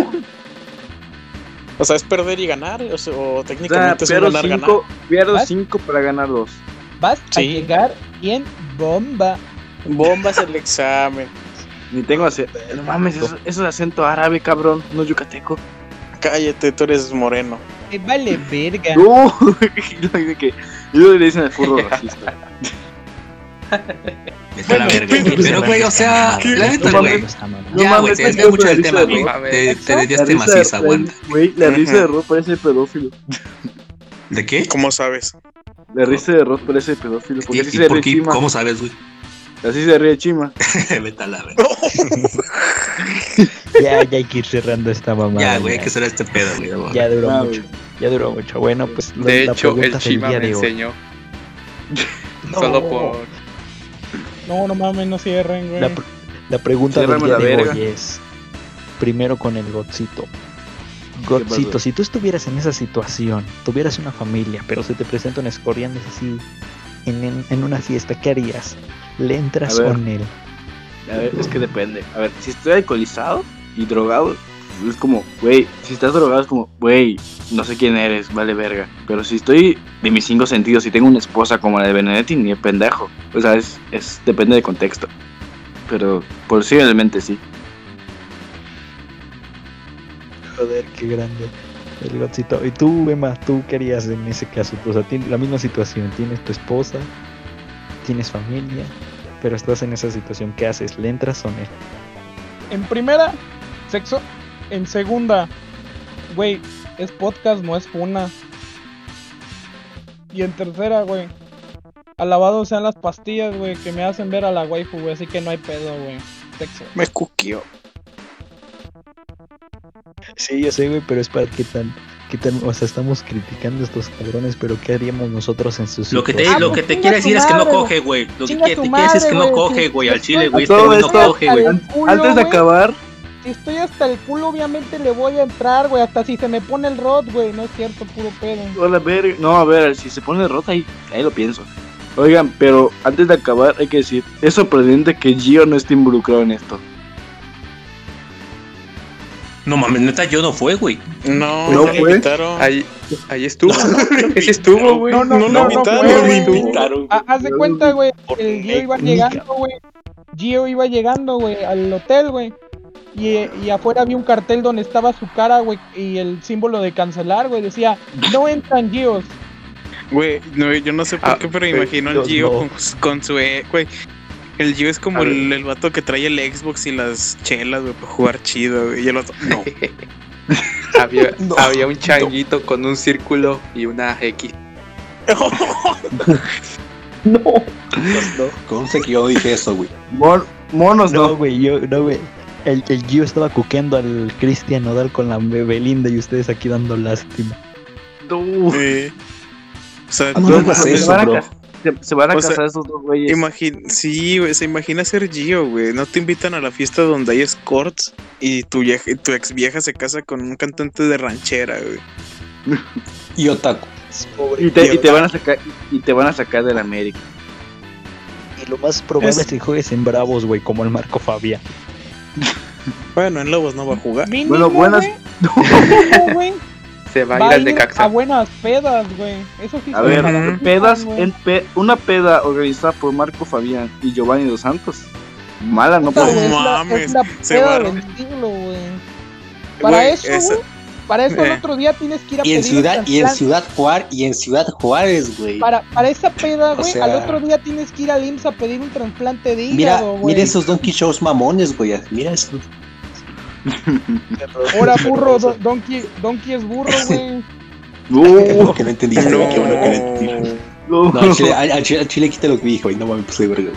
[SPEAKER 1] o sea, es perder y ganar. O, sea, o
[SPEAKER 7] O sea,
[SPEAKER 1] técnicamente es un
[SPEAKER 7] pierdo
[SPEAKER 1] ganar, ganar.
[SPEAKER 7] 5 pierdo
[SPEAKER 4] ¿Vas?
[SPEAKER 7] cinco para ganar 2.
[SPEAKER 4] Vas a
[SPEAKER 1] Sí.
[SPEAKER 4] llegar bien bomba.
[SPEAKER 1] Bombas el examen.
[SPEAKER 7] Ni tengo acento. No mames, eso, eso es acento árabe, cabrón. No yucateco.
[SPEAKER 1] Cállate, tú eres moreno.
[SPEAKER 4] Te vale verga.
[SPEAKER 7] No, y luego dice que- y luego le dicen el furro racista.
[SPEAKER 5] Vete
[SPEAKER 4] pues,
[SPEAKER 5] a
[SPEAKER 1] Bueno,
[SPEAKER 5] la verga, güey.
[SPEAKER 1] pero-
[SPEAKER 5] Pero, güey, o sea,
[SPEAKER 2] ¿Qué?
[SPEAKER 5] la neta,
[SPEAKER 7] No
[SPEAKER 5] güey.
[SPEAKER 7] mames. No
[SPEAKER 5] Ya,
[SPEAKER 7] mames,
[SPEAKER 5] güey, se
[SPEAKER 4] pues,
[SPEAKER 7] no
[SPEAKER 5] desvió mucho
[SPEAKER 7] mames,
[SPEAKER 5] del tema,
[SPEAKER 7] no
[SPEAKER 5] güey.
[SPEAKER 6] mames.
[SPEAKER 5] Te, te desviaste
[SPEAKER 7] risa-
[SPEAKER 5] maciza,
[SPEAKER 7] la-
[SPEAKER 5] aguanta.
[SPEAKER 7] Güey, la risa de
[SPEAKER 1] Ujú.
[SPEAKER 7] Ross parece pedófilo.
[SPEAKER 4] pues,
[SPEAKER 5] ¿De qué?
[SPEAKER 1] ¿Cómo sabes?
[SPEAKER 7] La risa de Ross parece pedófilo. Porque así
[SPEAKER 5] ¿Y
[SPEAKER 7] se
[SPEAKER 5] por
[SPEAKER 7] ríe
[SPEAKER 5] qué?
[SPEAKER 7] Chima.
[SPEAKER 5] ¿Cómo sabes, güey?
[SPEAKER 7] Así se ríe Chima.
[SPEAKER 5] Vete a la verga.
[SPEAKER 2] Ya, ya hay que ir cerrando esta mamada.
[SPEAKER 5] Ya, güey, hay
[SPEAKER 2] ya.
[SPEAKER 5] que será este pedo, güey. no mames.
[SPEAKER 2] Ya duró
[SPEAKER 7] Ah,
[SPEAKER 2] mucho. Ya duró mucho. Bueno, pues la-
[SPEAKER 6] De
[SPEAKER 2] la
[SPEAKER 6] hecho, el
[SPEAKER 2] pregunta del
[SPEAKER 6] Chima
[SPEAKER 2] día
[SPEAKER 6] me
[SPEAKER 2] de hoy.
[SPEAKER 6] enseñó. Solo por.
[SPEAKER 4] No, no mames, no cierren, güey.
[SPEAKER 2] La, pr- la pregunta del
[SPEAKER 7] Ciérrame
[SPEAKER 2] día
[SPEAKER 7] la
[SPEAKER 2] de
[SPEAKER 7] verga.
[SPEAKER 2] hoy es: primero con el Gotcito. Gotcito,
[SPEAKER 7] pasó?
[SPEAKER 2] si tú estuvieras en esa situación, tuvieras una familia, pero se te presenta un escoriano así en, en, en una fiesta, ¿qué harías? Le entras
[SPEAKER 7] A ver.
[SPEAKER 2] con él.
[SPEAKER 7] A ver, es que depende. A ver, si estoy alcoholizado y drogado, es como, güey, si estás drogado es como, güey, no sé quién eres, vale verga. Pero si estoy de mis cinco sentidos y tengo una esposa como la de Benedetti, ni de pendejo. O sea, es, es depende del contexto. Pero posiblemente sí.
[SPEAKER 2] Joder, qué grande. El gotcito. Y tú, Emma, tú querías en ese caso, o sea, tien- la misma situación. Tienes tu esposa, tienes familia, pero estás en esa situación. ¿Qué haces? ¿Le entras o no?
[SPEAKER 4] En primera, sexo. En segunda, güey, es podcast, no es funa. Y en tercera, güey, alabado sean las pastillas, güey, que me hacen ver a la waifu, güey, así que no hay pedo, güey. Sexo.
[SPEAKER 1] Me cuqueó.
[SPEAKER 2] Sí, yo sé, güey, pero es para qué tan, qué tan, o sea, estamos criticando a estos cabrones, pero ¿qué haríamos nosotros en sus
[SPEAKER 5] Lo que te,
[SPEAKER 2] situación?
[SPEAKER 5] lo que te
[SPEAKER 4] chinga
[SPEAKER 5] quiere
[SPEAKER 4] tu
[SPEAKER 5] decir es que no
[SPEAKER 4] madre,
[SPEAKER 5] coge, güey. Lo que
[SPEAKER 4] Chinga
[SPEAKER 5] quiere-
[SPEAKER 4] tu
[SPEAKER 5] te quiere decir es que
[SPEAKER 4] madre,
[SPEAKER 5] no coge,
[SPEAKER 4] si-
[SPEAKER 5] güey.
[SPEAKER 4] si
[SPEAKER 5] Al chile,
[SPEAKER 4] estoy
[SPEAKER 5] güey. Este
[SPEAKER 4] hasta
[SPEAKER 5] güey
[SPEAKER 4] el
[SPEAKER 5] no coge, güey.
[SPEAKER 4] culo,
[SPEAKER 3] Antes de
[SPEAKER 4] güey,
[SPEAKER 3] acabar,
[SPEAKER 4] Si estoy hasta el culo, obviamente le voy a entrar, güey. Hasta si se me pone el rod, güey. No es cierto, puro pedo.
[SPEAKER 7] Hola, ver, no, a ver, si se pone rota ahí, ahí lo pienso. Oigan, pero antes de acabar hay que decir, es sorprendente que Gio no esté involucrado en esto.
[SPEAKER 5] No mames, neta, yo no fue, güey.
[SPEAKER 1] No,
[SPEAKER 7] No,
[SPEAKER 1] no, le
[SPEAKER 7] pues.
[SPEAKER 1] invitaron.
[SPEAKER 6] Ahí, ahí estuvo. Ese estuvo, güey.
[SPEAKER 4] No, no,
[SPEAKER 1] No lo
[SPEAKER 4] no, no,
[SPEAKER 1] invitaron,
[SPEAKER 4] fue,
[SPEAKER 1] no lo
[SPEAKER 4] güey.
[SPEAKER 5] invitaron.
[SPEAKER 4] Ah, haz de cuenta, güey.
[SPEAKER 2] Por
[SPEAKER 4] El Gio iba
[SPEAKER 2] técnica.
[SPEAKER 4] llegando, güey. Gio iba llegando, güey, al hotel, güey. Y, eh, y afuera había un cartel donde estaba su cara, güey, y el símbolo de cancelar, güey. Decía, no entran Gios.
[SPEAKER 1] Güey, no, yo no sé por
[SPEAKER 6] Ah,
[SPEAKER 1] qué, pero
[SPEAKER 6] güey,
[SPEAKER 1] imagino al
[SPEAKER 2] Dios,
[SPEAKER 1] Gio
[SPEAKER 2] no.
[SPEAKER 1] con, con su. e- Güey, el Gio es como
[SPEAKER 6] A ver.
[SPEAKER 1] el, el vato que trae el Xbox y las chelas, güey, para jugar chido, güey. Y el otro, no.
[SPEAKER 6] había,
[SPEAKER 10] No.
[SPEAKER 6] había un changuito con un círculo y una X.
[SPEAKER 8] Conste que yo no dije eso, güey.
[SPEAKER 7] Mon- monos,
[SPEAKER 2] No,
[SPEAKER 7] no.
[SPEAKER 2] güey, yo, no, güey. El, el Gio estaba cuqueando al Cristian Nodal con la Be- Belinda y ustedes aquí dando lástima.
[SPEAKER 7] No.
[SPEAKER 1] Sí. O sea,
[SPEAKER 8] No,
[SPEAKER 1] no
[SPEAKER 8] hagas
[SPEAKER 1] mames,
[SPEAKER 8] eso,
[SPEAKER 7] van a
[SPEAKER 8] bro.
[SPEAKER 7] casar. Se, se van a
[SPEAKER 1] O sea,
[SPEAKER 7] casar estos dos güeyes.
[SPEAKER 1] Imagin- sí, güey, se imagina ser Gio, güey. No te invitan a la fiesta donde hay escorts y tu, vieja- tu ex vieja se casa con un cantante de ranchera, güey.
[SPEAKER 8] Y Otaku.
[SPEAKER 7] Y te, y te van a sacar y te van a sacar del América.
[SPEAKER 2] Y lo más probable es,
[SPEAKER 1] Es-
[SPEAKER 2] que juegues en Bravos, güey, como el Marco Fabián.
[SPEAKER 1] Bueno, en Lobos no va a jugar.
[SPEAKER 4] Mínimo,
[SPEAKER 7] Bueno, buenas-
[SPEAKER 4] güey, mínimo, güey,
[SPEAKER 6] Se va a
[SPEAKER 4] va
[SPEAKER 6] ir
[SPEAKER 4] a
[SPEAKER 6] al
[SPEAKER 4] ir
[SPEAKER 6] Necaxa.
[SPEAKER 4] a buenas pedas, güey. Eso sí.
[SPEAKER 7] A
[SPEAKER 4] se
[SPEAKER 7] ver,
[SPEAKER 4] lo
[SPEAKER 1] Ujú.
[SPEAKER 4] justifican,
[SPEAKER 7] Pedas
[SPEAKER 4] güey.
[SPEAKER 7] en pe- una peda organizada por Marco Fabián y Giovanni dos Santos. Mala, no
[SPEAKER 4] Puta,
[SPEAKER 1] No
[SPEAKER 7] puede.
[SPEAKER 4] güey, es la-
[SPEAKER 1] mames,
[SPEAKER 4] es la
[SPEAKER 1] se
[SPEAKER 4] peda
[SPEAKER 1] barró.
[SPEAKER 4] del siglo, güey. Para
[SPEAKER 1] Güey,
[SPEAKER 4] eso,
[SPEAKER 1] esa-
[SPEAKER 4] güey, para eso el
[SPEAKER 1] Eh.
[SPEAKER 4] otro día tienes que ir a
[SPEAKER 10] Y en
[SPEAKER 4] pedir un
[SPEAKER 10] ciudad, y en
[SPEAKER 4] trasplante.
[SPEAKER 10] ciudad Juárez, y en ciudad Juárez, güey.
[SPEAKER 4] Para, para esa peda, güey,
[SPEAKER 10] sea-
[SPEAKER 4] al otro día tienes que ir al IMSS a pedir un trasplante de
[SPEAKER 10] Mira,
[SPEAKER 4] hígado, güey.
[SPEAKER 10] mira esos Donkey Shows mamones, güey. Mira eso.
[SPEAKER 4] Ahora burro, don- donkey, donkey es burro, güey.
[SPEAKER 10] Qué
[SPEAKER 7] No,
[SPEAKER 10] bueno que no entendiste, güey. Qué bueno que no entendiste.
[SPEAKER 7] no.
[SPEAKER 10] No, al chile, al- al chile- al chile quita lo que dije, güey. No mames, pues de verga.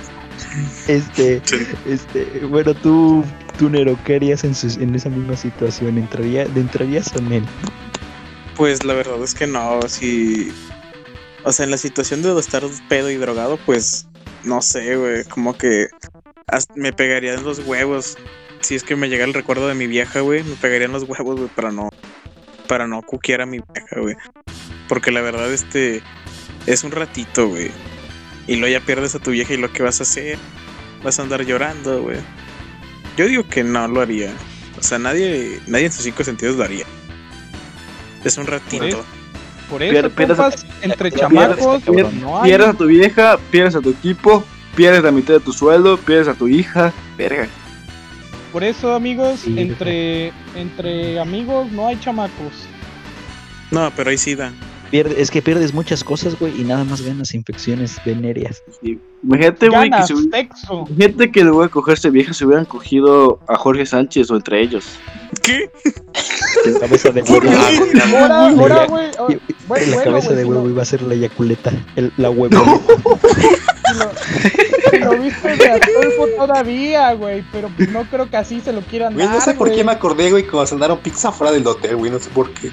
[SPEAKER 2] Este, este, bueno, tú, tú Nero, ¿qué harías en, sus- en esa misma situación? ¿Entraría, ¿Entrarías en él?
[SPEAKER 1] Pues la verdad es que no, si... O sea, en la situación de estar pedo y drogado, pues no sé, güey, como que as- me pegarían los huevos. Si es que me llega el recuerdo de mi vieja, güey, me pegarían los huevos, güey, para no para no cuquear a mi vieja, güey. Porque la verdad este es un ratito, güey. Y luego ya pierdes a tu vieja y lo que vas a hacer, vas a andar llorando, güey. Yo digo que no lo haría. O sea, nadie nadie en sus cinco sentidos lo haría. Es un ratito.
[SPEAKER 4] Por
[SPEAKER 7] Pier-
[SPEAKER 4] eso,
[SPEAKER 7] pierdes a-
[SPEAKER 4] compas, entre
[SPEAKER 2] pierdes-
[SPEAKER 4] chamacos,
[SPEAKER 2] pierdes-
[SPEAKER 4] no hay.
[SPEAKER 7] Pierdes a tu vieja, pierdes a tu equipo, pierdes la mitad de tu sueldo, pierdes a tu hija. Verga.
[SPEAKER 4] Por eso, amigos,
[SPEAKER 2] Sí,
[SPEAKER 4] entre, entre amigos no hay chamacos.
[SPEAKER 1] No, pero ahí sí da.
[SPEAKER 2] Pierde- es que pierdes muchas cosas, güey, y nada más ganas infecciones venéreas.
[SPEAKER 7] Imagínate, Este güey, que
[SPEAKER 4] Ganas,
[SPEAKER 7] se hubi-
[SPEAKER 4] sexo.
[SPEAKER 7] Imagínate que luego de cogerse vieja se hubieran cogido a Jorge Sánchez o entre ellos.
[SPEAKER 1] ¿Qué?
[SPEAKER 2] Cabeza de
[SPEAKER 1] ¿Por
[SPEAKER 2] huevo.
[SPEAKER 1] qué?
[SPEAKER 4] Ahora, ahora, Ah, güey.
[SPEAKER 2] Y-
[SPEAKER 4] ahora-
[SPEAKER 2] y-
[SPEAKER 4] bueno,
[SPEAKER 2] la
[SPEAKER 4] bueno,
[SPEAKER 2] cabeza
[SPEAKER 4] güey,
[SPEAKER 2] de
[SPEAKER 4] si
[SPEAKER 2] huevo
[SPEAKER 4] lo-
[SPEAKER 2] iba a ser la yaculeta, el- la huevo.
[SPEAKER 4] si lo- si Lo viste de Adolfo todavía, güey, pero pues no creo que así se lo quieran
[SPEAKER 10] Güey,
[SPEAKER 4] dar,
[SPEAKER 10] no sé por
[SPEAKER 4] Ah, güey.
[SPEAKER 10] qué me acordé, güey, cuando cenaron pizza fuera del hotel, güey. No sé por qué.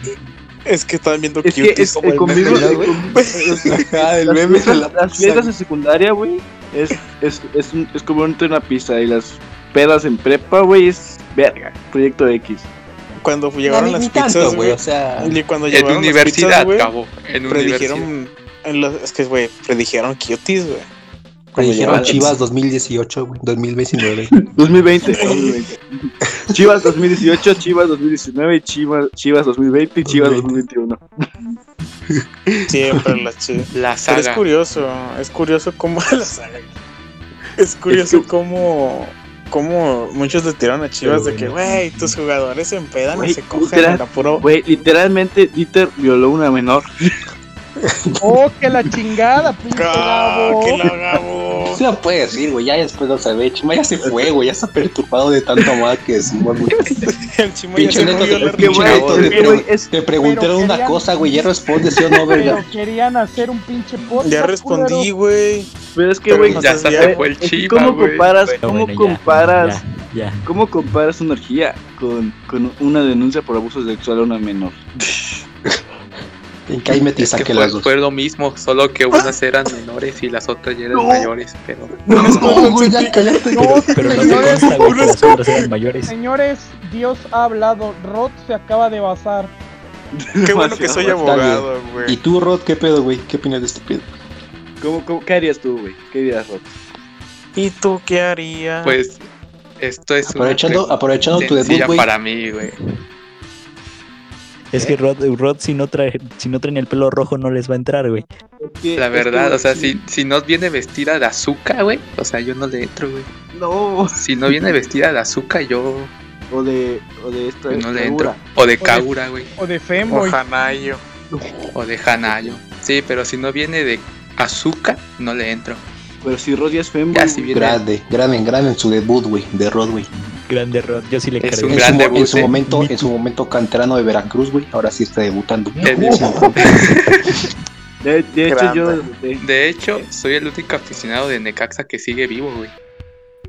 [SPEAKER 1] Es que estaban viendo
[SPEAKER 7] Es que
[SPEAKER 1] cuties.
[SPEAKER 7] es, eh, el convivio,
[SPEAKER 10] ¿verdad, güey? Ajá, el Ah, meme de la
[SPEAKER 7] las
[SPEAKER 10] pizza,
[SPEAKER 7] fiestas en secundaria, güey, es, es, es, un- es como un- una pizza y las pedas en prepa, güey, es verga. Proyecto X.
[SPEAKER 1] Cuando
[SPEAKER 10] No,
[SPEAKER 1] llegaron
[SPEAKER 10] ni,
[SPEAKER 1] las
[SPEAKER 10] ni tanto,
[SPEAKER 1] pizzas,
[SPEAKER 10] güey.
[SPEAKER 1] güey.
[SPEAKER 10] O sea,
[SPEAKER 1] Y cuando llegaron las
[SPEAKER 6] En
[SPEAKER 1] pizzas,
[SPEAKER 6] universidad,
[SPEAKER 1] güey,
[SPEAKER 6] cabo. En universidad.
[SPEAKER 1] predijeron en los- es que güey, predijeron cuties, güey.
[SPEAKER 10] predijeron
[SPEAKER 1] llegaron-
[SPEAKER 10] Chivas 2018, güey. 2019.
[SPEAKER 7] 2020. 2020. Chivas 2018, Chivas 2019, y Chivas, Chivas 2020 y Chivas 2021.
[SPEAKER 1] Siempre las chidas.
[SPEAKER 6] La
[SPEAKER 1] Pero es
[SPEAKER 6] saga.
[SPEAKER 1] curioso, es curioso cómo la saga. Es curioso cómo cómo muchos le tiraron a Chivas de que, güey, tus jugadores se empedan
[SPEAKER 7] Güey,
[SPEAKER 1] y se cogen
[SPEAKER 7] literal.
[SPEAKER 1] el apuro.
[SPEAKER 7] Güey, literalmente Dieter violó una menor.
[SPEAKER 4] Oh, que la chingada, pinche
[SPEAKER 1] ¡Ah,
[SPEAKER 4] Gabo.
[SPEAKER 1] que la Gabo!
[SPEAKER 10] Se lo puede decir, güey. Ya después lo sabe. Chima ya se fue, güey. Ya está perturbado de tanto amor que es, güey.
[SPEAKER 1] El chimo ya
[SPEAKER 10] Pinche
[SPEAKER 1] se
[SPEAKER 10] neto,
[SPEAKER 1] murió la
[SPEAKER 10] te- pinche
[SPEAKER 1] chingada.
[SPEAKER 10] neto, te,
[SPEAKER 7] pero,
[SPEAKER 10] pregun-
[SPEAKER 7] güey, es-
[SPEAKER 10] te preguntaron
[SPEAKER 4] pero
[SPEAKER 10] una
[SPEAKER 4] querían-
[SPEAKER 10] cosa, güey. Ya respondes, sí o no, verga.
[SPEAKER 4] Pero querían hacer un pinche podcast.
[SPEAKER 1] Ya respondí, güey.
[SPEAKER 7] Pero es que,
[SPEAKER 1] Pero
[SPEAKER 7] güey,
[SPEAKER 1] no
[SPEAKER 7] ya
[SPEAKER 1] sé si
[SPEAKER 7] sabes,
[SPEAKER 1] ya
[SPEAKER 6] fue el
[SPEAKER 7] es que
[SPEAKER 6] Chima,
[SPEAKER 7] ¿Cómo
[SPEAKER 6] güey.
[SPEAKER 7] comparas,
[SPEAKER 6] Pero
[SPEAKER 7] cómo
[SPEAKER 2] bueno, ya,
[SPEAKER 7] comparas,
[SPEAKER 2] Ya,
[SPEAKER 7] cómo comparas una orgía con, con una denuncia por abuso sexual a una menor?
[SPEAKER 10] En que ahí metí
[SPEAKER 6] Es que
[SPEAKER 10] saqué
[SPEAKER 6] fue,
[SPEAKER 10] las dos.
[SPEAKER 6] fue lo mismo, solo que unas eran menores y las otras ya eran mayores, pero
[SPEAKER 10] No, Pues, güey, ya cállate.
[SPEAKER 4] No,
[SPEAKER 5] Pero no te
[SPEAKER 4] señores,
[SPEAKER 5] consta, güey, que las otras eran mayores.
[SPEAKER 4] señores, Dios ha hablado. Rod se acaba de basar.
[SPEAKER 1] Qué bueno que soy
[SPEAKER 10] Demasiado,
[SPEAKER 1] abogado,
[SPEAKER 10] ¿Y
[SPEAKER 1] güey.
[SPEAKER 10] tú, Rod, qué pedo, güey? ¿Qué opinas de este pedo?
[SPEAKER 7] ¿Cómo, cómo, qué harías tú, güey? ¿Qué dirías, Rob?
[SPEAKER 1] ¿Y tú qué harías?
[SPEAKER 6] pues esto es una
[SPEAKER 10] Aprovechando,
[SPEAKER 6] pregunta
[SPEAKER 10] aprovechando tu debut,
[SPEAKER 6] sencilla
[SPEAKER 10] güey.
[SPEAKER 6] para mí, güey.
[SPEAKER 11] Es que Rod, Rod, si, no trae, si no traen el pelo rojo no les va a entrar, güey.
[SPEAKER 7] Es que-
[SPEAKER 6] La
[SPEAKER 7] es que,
[SPEAKER 6] verdad, o sea,
[SPEAKER 7] güey,
[SPEAKER 6] si, si no viene vestida de azúcar, güey, o sea, yo no le entro, güey.
[SPEAKER 7] No,
[SPEAKER 6] Si no viene vestida de azúcar, yo
[SPEAKER 7] o de, o de esto, eh,
[SPEAKER 6] no le
[SPEAKER 7] segura.
[SPEAKER 6] entro. O de Kaura, güey,
[SPEAKER 4] O de
[SPEAKER 1] O
[SPEAKER 4] Femboy.
[SPEAKER 1] Hanayo.
[SPEAKER 6] o de Hanayo. Sí, pero si no viene de azúcar, no le entro.
[SPEAKER 7] Pero si Rod ya es femboy,
[SPEAKER 6] Ya si
[SPEAKER 7] güey,
[SPEAKER 6] viene
[SPEAKER 10] Grande, grande, grande en su debut, güey, de Rod, güey.
[SPEAKER 11] Grande Rod, yo sí le
[SPEAKER 6] Es
[SPEAKER 11] creo.
[SPEAKER 6] un
[SPEAKER 10] En,
[SPEAKER 6] gran
[SPEAKER 10] su,
[SPEAKER 6] debut,
[SPEAKER 10] en su
[SPEAKER 6] eh.
[SPEAKER 10] momento, en su momento canterano de Veracruz, güey. Ahora sí está debutando.
[SPEAKER 6] De,
[SPEAKER 7] de, de hecho yo... de-
[SPEAKER 6] de hecho, soy el único aficionado de Necaxa que sigue vivo, güey.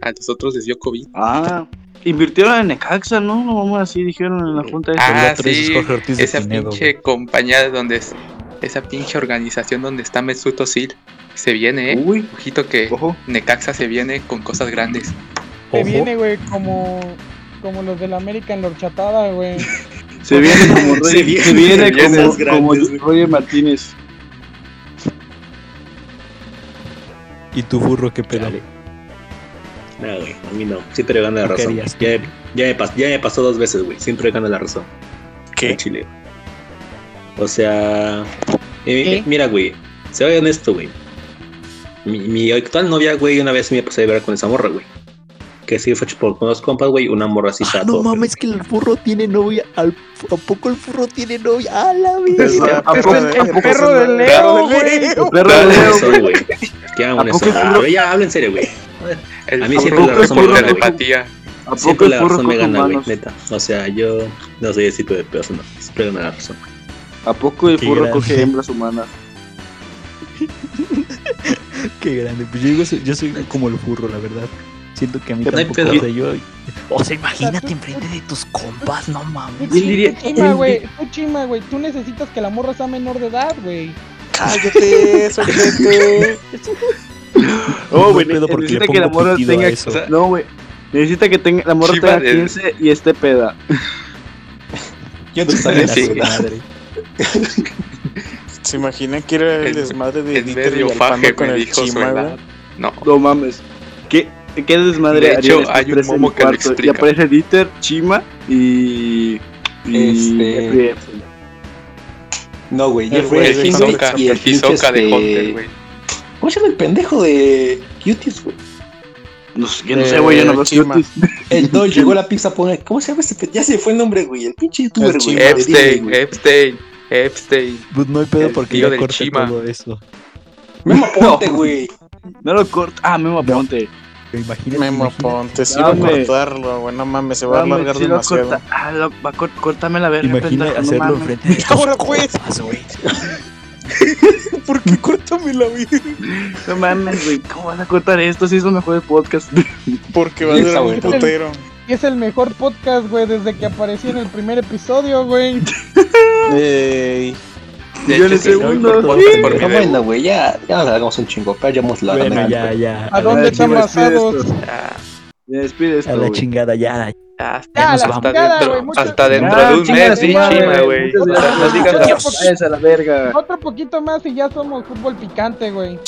[SPEAKER 6] A los otros les dio COVID.
[SPEAKER 7] ah, invirtieron en Necaxa, ¿no? No, vamos así dijeron en la junta de...
[SPEAKER 6] Ah,
[SPEAKER 11] otro es
[SPEAKER 6] sí,
[SPEAKER 11] Jorge Ortiz de
[SPEAKER 6] esa
[SPEAKER 11] Pinedo,
[SPEAKER 6] pinche compañía donde es, esa pinche organización donde está Mesut Özil se viene, eh.
[SPEAKER 7] Uy,
[SPEAKER 6] Ojito que
[SPEAKER 7] ojo.
[SPEAKER 6] Necaxa se viene con cosas grandes.
[SPEAKER 4] Te viene, güey, como, como los del América en la horchatada, güey.
[SPEAKER 7] Se viene como Roger, se
[SPEAKER 5] Se
[SPEAKER 7] viene,
[SPEAKER 5] viene- se viene
[SPEAKER 7] como,
[SPEAKER 5] esas grandes,
[SPEAKER 7] como
[SPEAKER 5] güey.
[SPEAKER 7] Roger Martínez.
[SPEAKER 11] Y tu burro, qué pedo.
[SPEAKER 5] Chale. Nah, güey, a mí no. Siempre gana la
[SPEAKER 11] ¿Tú qué
[SPEAKER 5] razón.
[SPEAKER 11] harías?
[SPEAKER 5] Ya, ya me pas- ya me pasó dos veces, güey. Siempre gana la razón.
[SPEAKER 1] ¿Qué?
[SPEAKER 5] Al Chile. O sea. eh, eh, mira, güey. Se va honesto, güey. Mi, mi actual novia, güey, una vez me pasé a ver con esa morra, güey. Que sí fue por con los compas, güey. Una morra así
[SPEAKER 11] Ah,
[SPEAKER 5] está
[SPEAKER 11] no
[SPEAKER 5] todo-
[SPEAKER 11] mames, que el burro tiene novia. Al, ¿A poco el burro tiene novia? ¡A la
[SPEAKER 1] Es
[SPEAKER 11] vida!
[SPEAKER 1] la
[SPEAKER 7] ¿A
[SPEAKER 1] perra
[SPEAKER 7] poco-
[SPEAKER 1] de-
[SPEAKER 7] a
[SPEAKER 4] El perro de Leo,
[SPEAKER 1] perro de
[SPEAKER 4] güey.
[SPEAKER 1] Leo.
[SPEAKER 7] Perro
[SPEAKER 5] Qué
[SPEAKER 7] de Leo,
[SPEAKER 5] honesto,
[SPEAKER 7] güey.
[SPEAKER 5] güey. Qué honesto.
[SPEAKER 7] poco el
[SPEAKER 5] Ah,
[SPEAKER 7] burro-
[SPEAKER 5] güey, ya, habla en serio, güey.
[SPEAKER 6] El
[SPEAKER 5] A mí
[SPEAKER 6] famoso
[SPEAKER 5] siempre la razón me
[SPEAKER 6] por
[SPEAKER 5] gana, güey.
[SPEAKER 6] telepatía.
[SPEAKER 7] ¿A poco
[SPEAKER 5] Siempre
[SPEAKER 7] el
[SPEAKER 5] la
[SPEAKER 7] furro
[SPEAKER 5] razón me
[SPEAKER 7] con
[SPEAKER 5] gana, güey,
[SPEAKER 7] humanos?
[SPEAKER 5] neta. O sea, yo no soy ese tipo de persona. Siempre gana la razón.
[SPEAKER 7] ¿A poco el
[SPEAKER 11] Qué
[SPEAKER 7] furro
[SPEAKER 11] grande.
[SPEAKER 7] coge hembras humanas?
[SPEAKER 11] Qué grande. Pues yo digo, yo soy como el burro, la verdad. Siento que a mí
[SPEAKER 5] No hay
[SPEAKER 11] tampoco.
[SPEAKER 5] pedo.
[SPEAKER 11] O sea, yo. O sea,
[SPEAKER 4] O sea, tú-
[SPEAKER 11] imagínate enfrente de tus compas, no mames.
[SPEAKER 4] Tú, Chima, güey. Tú, Chima, güey. Tú necesitas que la morra sea menor de edad, güey.
[SPEAKER 1] Cállate, suéltate.
[SPEAKER 7] Oh, güey,
[SPEAKER 11] No hay pedo porque
[SPEAKER 7] necesita
[SPEAKER 11] le
[SPEAKER 7] que la
[SPEAKER 11] pongo
[SPEAKER 7] morra
[SPEAKER 11] pitido a
[SPEAKER 7] tenga...
[SPEAKER 11] eso.
[SPEAKER 6] o sea,
[SPEAKER 7] No, güey. Necesita que tenga, la morra
[SPEAKER 6] Sí,
[SPEAKER 7] tenga
[SPEAKER 6] vale.
[SPEAKER 7] 15 y esté peda.
[SPEAKER 10] Yo te
[SPEAKER 11] A
[SPEAKER 10] estaría
[SPEAKER 11] la
[SPEAKER 6] Sí.
[SPEAKER 11] madre.
[SPEAKER 1] ¿Se imaginan que era el
[SPEAKER 6] En-
[SPEAKER 1] desmadre de
[SPEAKER 6] En
[SPEAKER 1] Dieter
[SPEAKER 6] medio
[SPEAKER 1] Villalpando
[SPEAKER 6] faje
[SPEAKER 1] con
[SPEAKER 6] me
[SPEAKER 1] el
[SPEAKER 6] dijo su
[SPEAKER 1] Chima,
[SPEAKER 6] edad.
[SPEAKER 1] güey?
[SPEAKER 6] No,
[SPEAKER 7] No mames. ¿Qué, qué desmadre
[SPEAKER 6] De
[SPEAKER 7] harían
[SPEAKER 6] hecho,
[SPEAKER 7] estos
[SPEAKER 6] hay un
[SPEAKER 7] tres en
[SPEAKER 6] momo que lo
[SPEAKER 7] cuarto? Y
[SPEAKER 6] explica.
[SPEAKER 7] aparece Dieter, Chima y... y
[SPEAKER 10] Este-
[SPEAKER 7] Jeffrey Epstein.
[SPEAKER 10] No, güey,
[SPEAKER 1] El
[SPEAKER 10] Jeffrey
[SPEAKER 1] güey
[SPEAKER 6] el
[SPEAKER 1] de
[SPEAKER 10] Epstein, güey,
[SPEAKER 6] Hisoka,
[SPEAKER 10] y el
[SPEAKER 6] el Hisoka
[SPEAKER 10] pinche,
[SPEAKER 6] de Hunter,
[SPEAKER 10] este,
[SPEAKER 6] güey.
[SPEAKER 10] ¿Cómo se llama el pendejo de Cuties, güey?
[SPEAKER 7] No sé, yo no sé, güey, yo no
[SPEAKER 1] Eh,
[SPEAKER 7] veo
[SPEAKER 1] Chima.
[SPEAKER 7] cuties.
[SPEAKER 10] El Doy llegó a la pizza a poner. ¿Cómo se llama este pendejo? Ya se fue el nombre, güey. El pinche
[SPEAKER 1] El
[SPEAKER 10] youtuber, güey.
[SPEAKER 1] Chima.
[SPEAKER 10] de Disney,
[SPEAKER 6] Epstein,
[SPEAKER 10] güey.
[SPEAKER 6] Epstein, Epstein.
[SPEAKER 11] Pues no hay pedo
[SPEAKER 6] El
[SPEAKER 11] porque
[SPEAKER 6] tío
[SPEAKER 11] yo
[SPEAKER 6] del
[SPEAKER 11] corté
[SPEAKER 6] Chima.
[SPEAKER 11] todo eso.
[SPEAKER 10] Memo Ponte,
[SPEAKER 7] No.
[SPEAKER 10] güey.
[SPEAKER 7] No lo corto. Ah, Memo Aponte.
[SPEAKER 11] Imagínate.
[SPEAKER 1] Memo
[SPEAKER 11] imagínate.
[SPEAKER 1] Ponte, sí va a
[SPEAKER 7] Dame.
[SPEAKER 1] cortarlo, güey. No mames, se va a
[SPEAKER 7] Dame,
[SPEAKER 1] alargar
[SPEAKER 7] sí lo
[SPEAKER 1] demasiado.
[SPEAKER 7] corta. Ah, lo- va, cor- córtame la verga,
[SPEAKER 11] Imagina
[SPEAKER 7] pendejo, no
[SPEAKER 11] hacerlo
[SPEAKER 7] mames.
[SPEAKER 11] enfrente de tus
[SPEAKER 1] Ahora, pues.
[SPEAKER 11] compas, güey.
[SPEAKER 1] ¿Por qué córtame la vida?
[SPEAKER 7] No mames, güey, ¿cómo van a cortar esto? Si es lo mejor del podcast.
[SPEAKER 1] Porque va a
[SPEAKER 10] Sí,
[SPEAKER 1] ser
[SPEAKER 10] está
[SPEAKER 1] un
[SPEAKER 10] bueno.
[SPEAKER 1] putero.
[SPEAKER 4] Y es el mejor podcast, güey, desde que apareció en el primer episodio, güey.
[SPEAKER 1] Ey.
[SPEAKER 6] De
[SPEAKER 7] Yo
[SPEAKER 6] hecho,
[SPEAKER 7] en
[SPEAKER 6] sí,
[SPEAKER 7] el segundo,
[SPEAKER 6] no, por-
[SPEAKER 7] sí.
[SPEAKER 6] por mi
[SPEAKER 10] No,
[SPEAKER 6] debut.
[SPEAKER 10] bueno, güey, ya, ya nos hagamos un chingo. Perdamos la
[SPEAKER 11] Bueno,
[SPEAKER 10] neta.
[SPEAKER 11] ya, ya.
[SPEAKER 4] ¿A
[SPEAKER 11] la
[SPEAKER 4] dónde están
[SPEAKER 11] chingada,
[SPEAKER 4] basados?
[SPEAKER 6] Ah,
[SPEAKER 7] Ya despide esto,
[SPEAKER 11] A la
[SPEAKER 7] güey.
[SPEAKER 11] chingada, ya.
[SPEAKER 6] ah,
[SPEAKER 4] Ya,
[SPEAKER 11] nos
[SPEAKER 4] la
[SPEAKER 11] vamos.
[SPEAKER 4] chingada, güey.
[SPEAKER 6] dentro-
[SPEAKER 4] mucho-
[SPEAKER 6] hasta dentro
[SPEAKER 7] Ya,
[SPEAKER 6] de un
[SPEAKER 7] chingada,
[SPEAKER 6] mes, sí,
[SPEAKER 7] chingada,
[SPEAKER 6] chima, güey.
[SPEAKER 7] Muchas gracias.
[SPEAKER 6] No digas la-
[SPEAKER 4] Dios.
[SPEAKER 7] Váyanse a la verga.
[SPEAKER 4] Otro poquito más y ya somos fútbol picante, güey.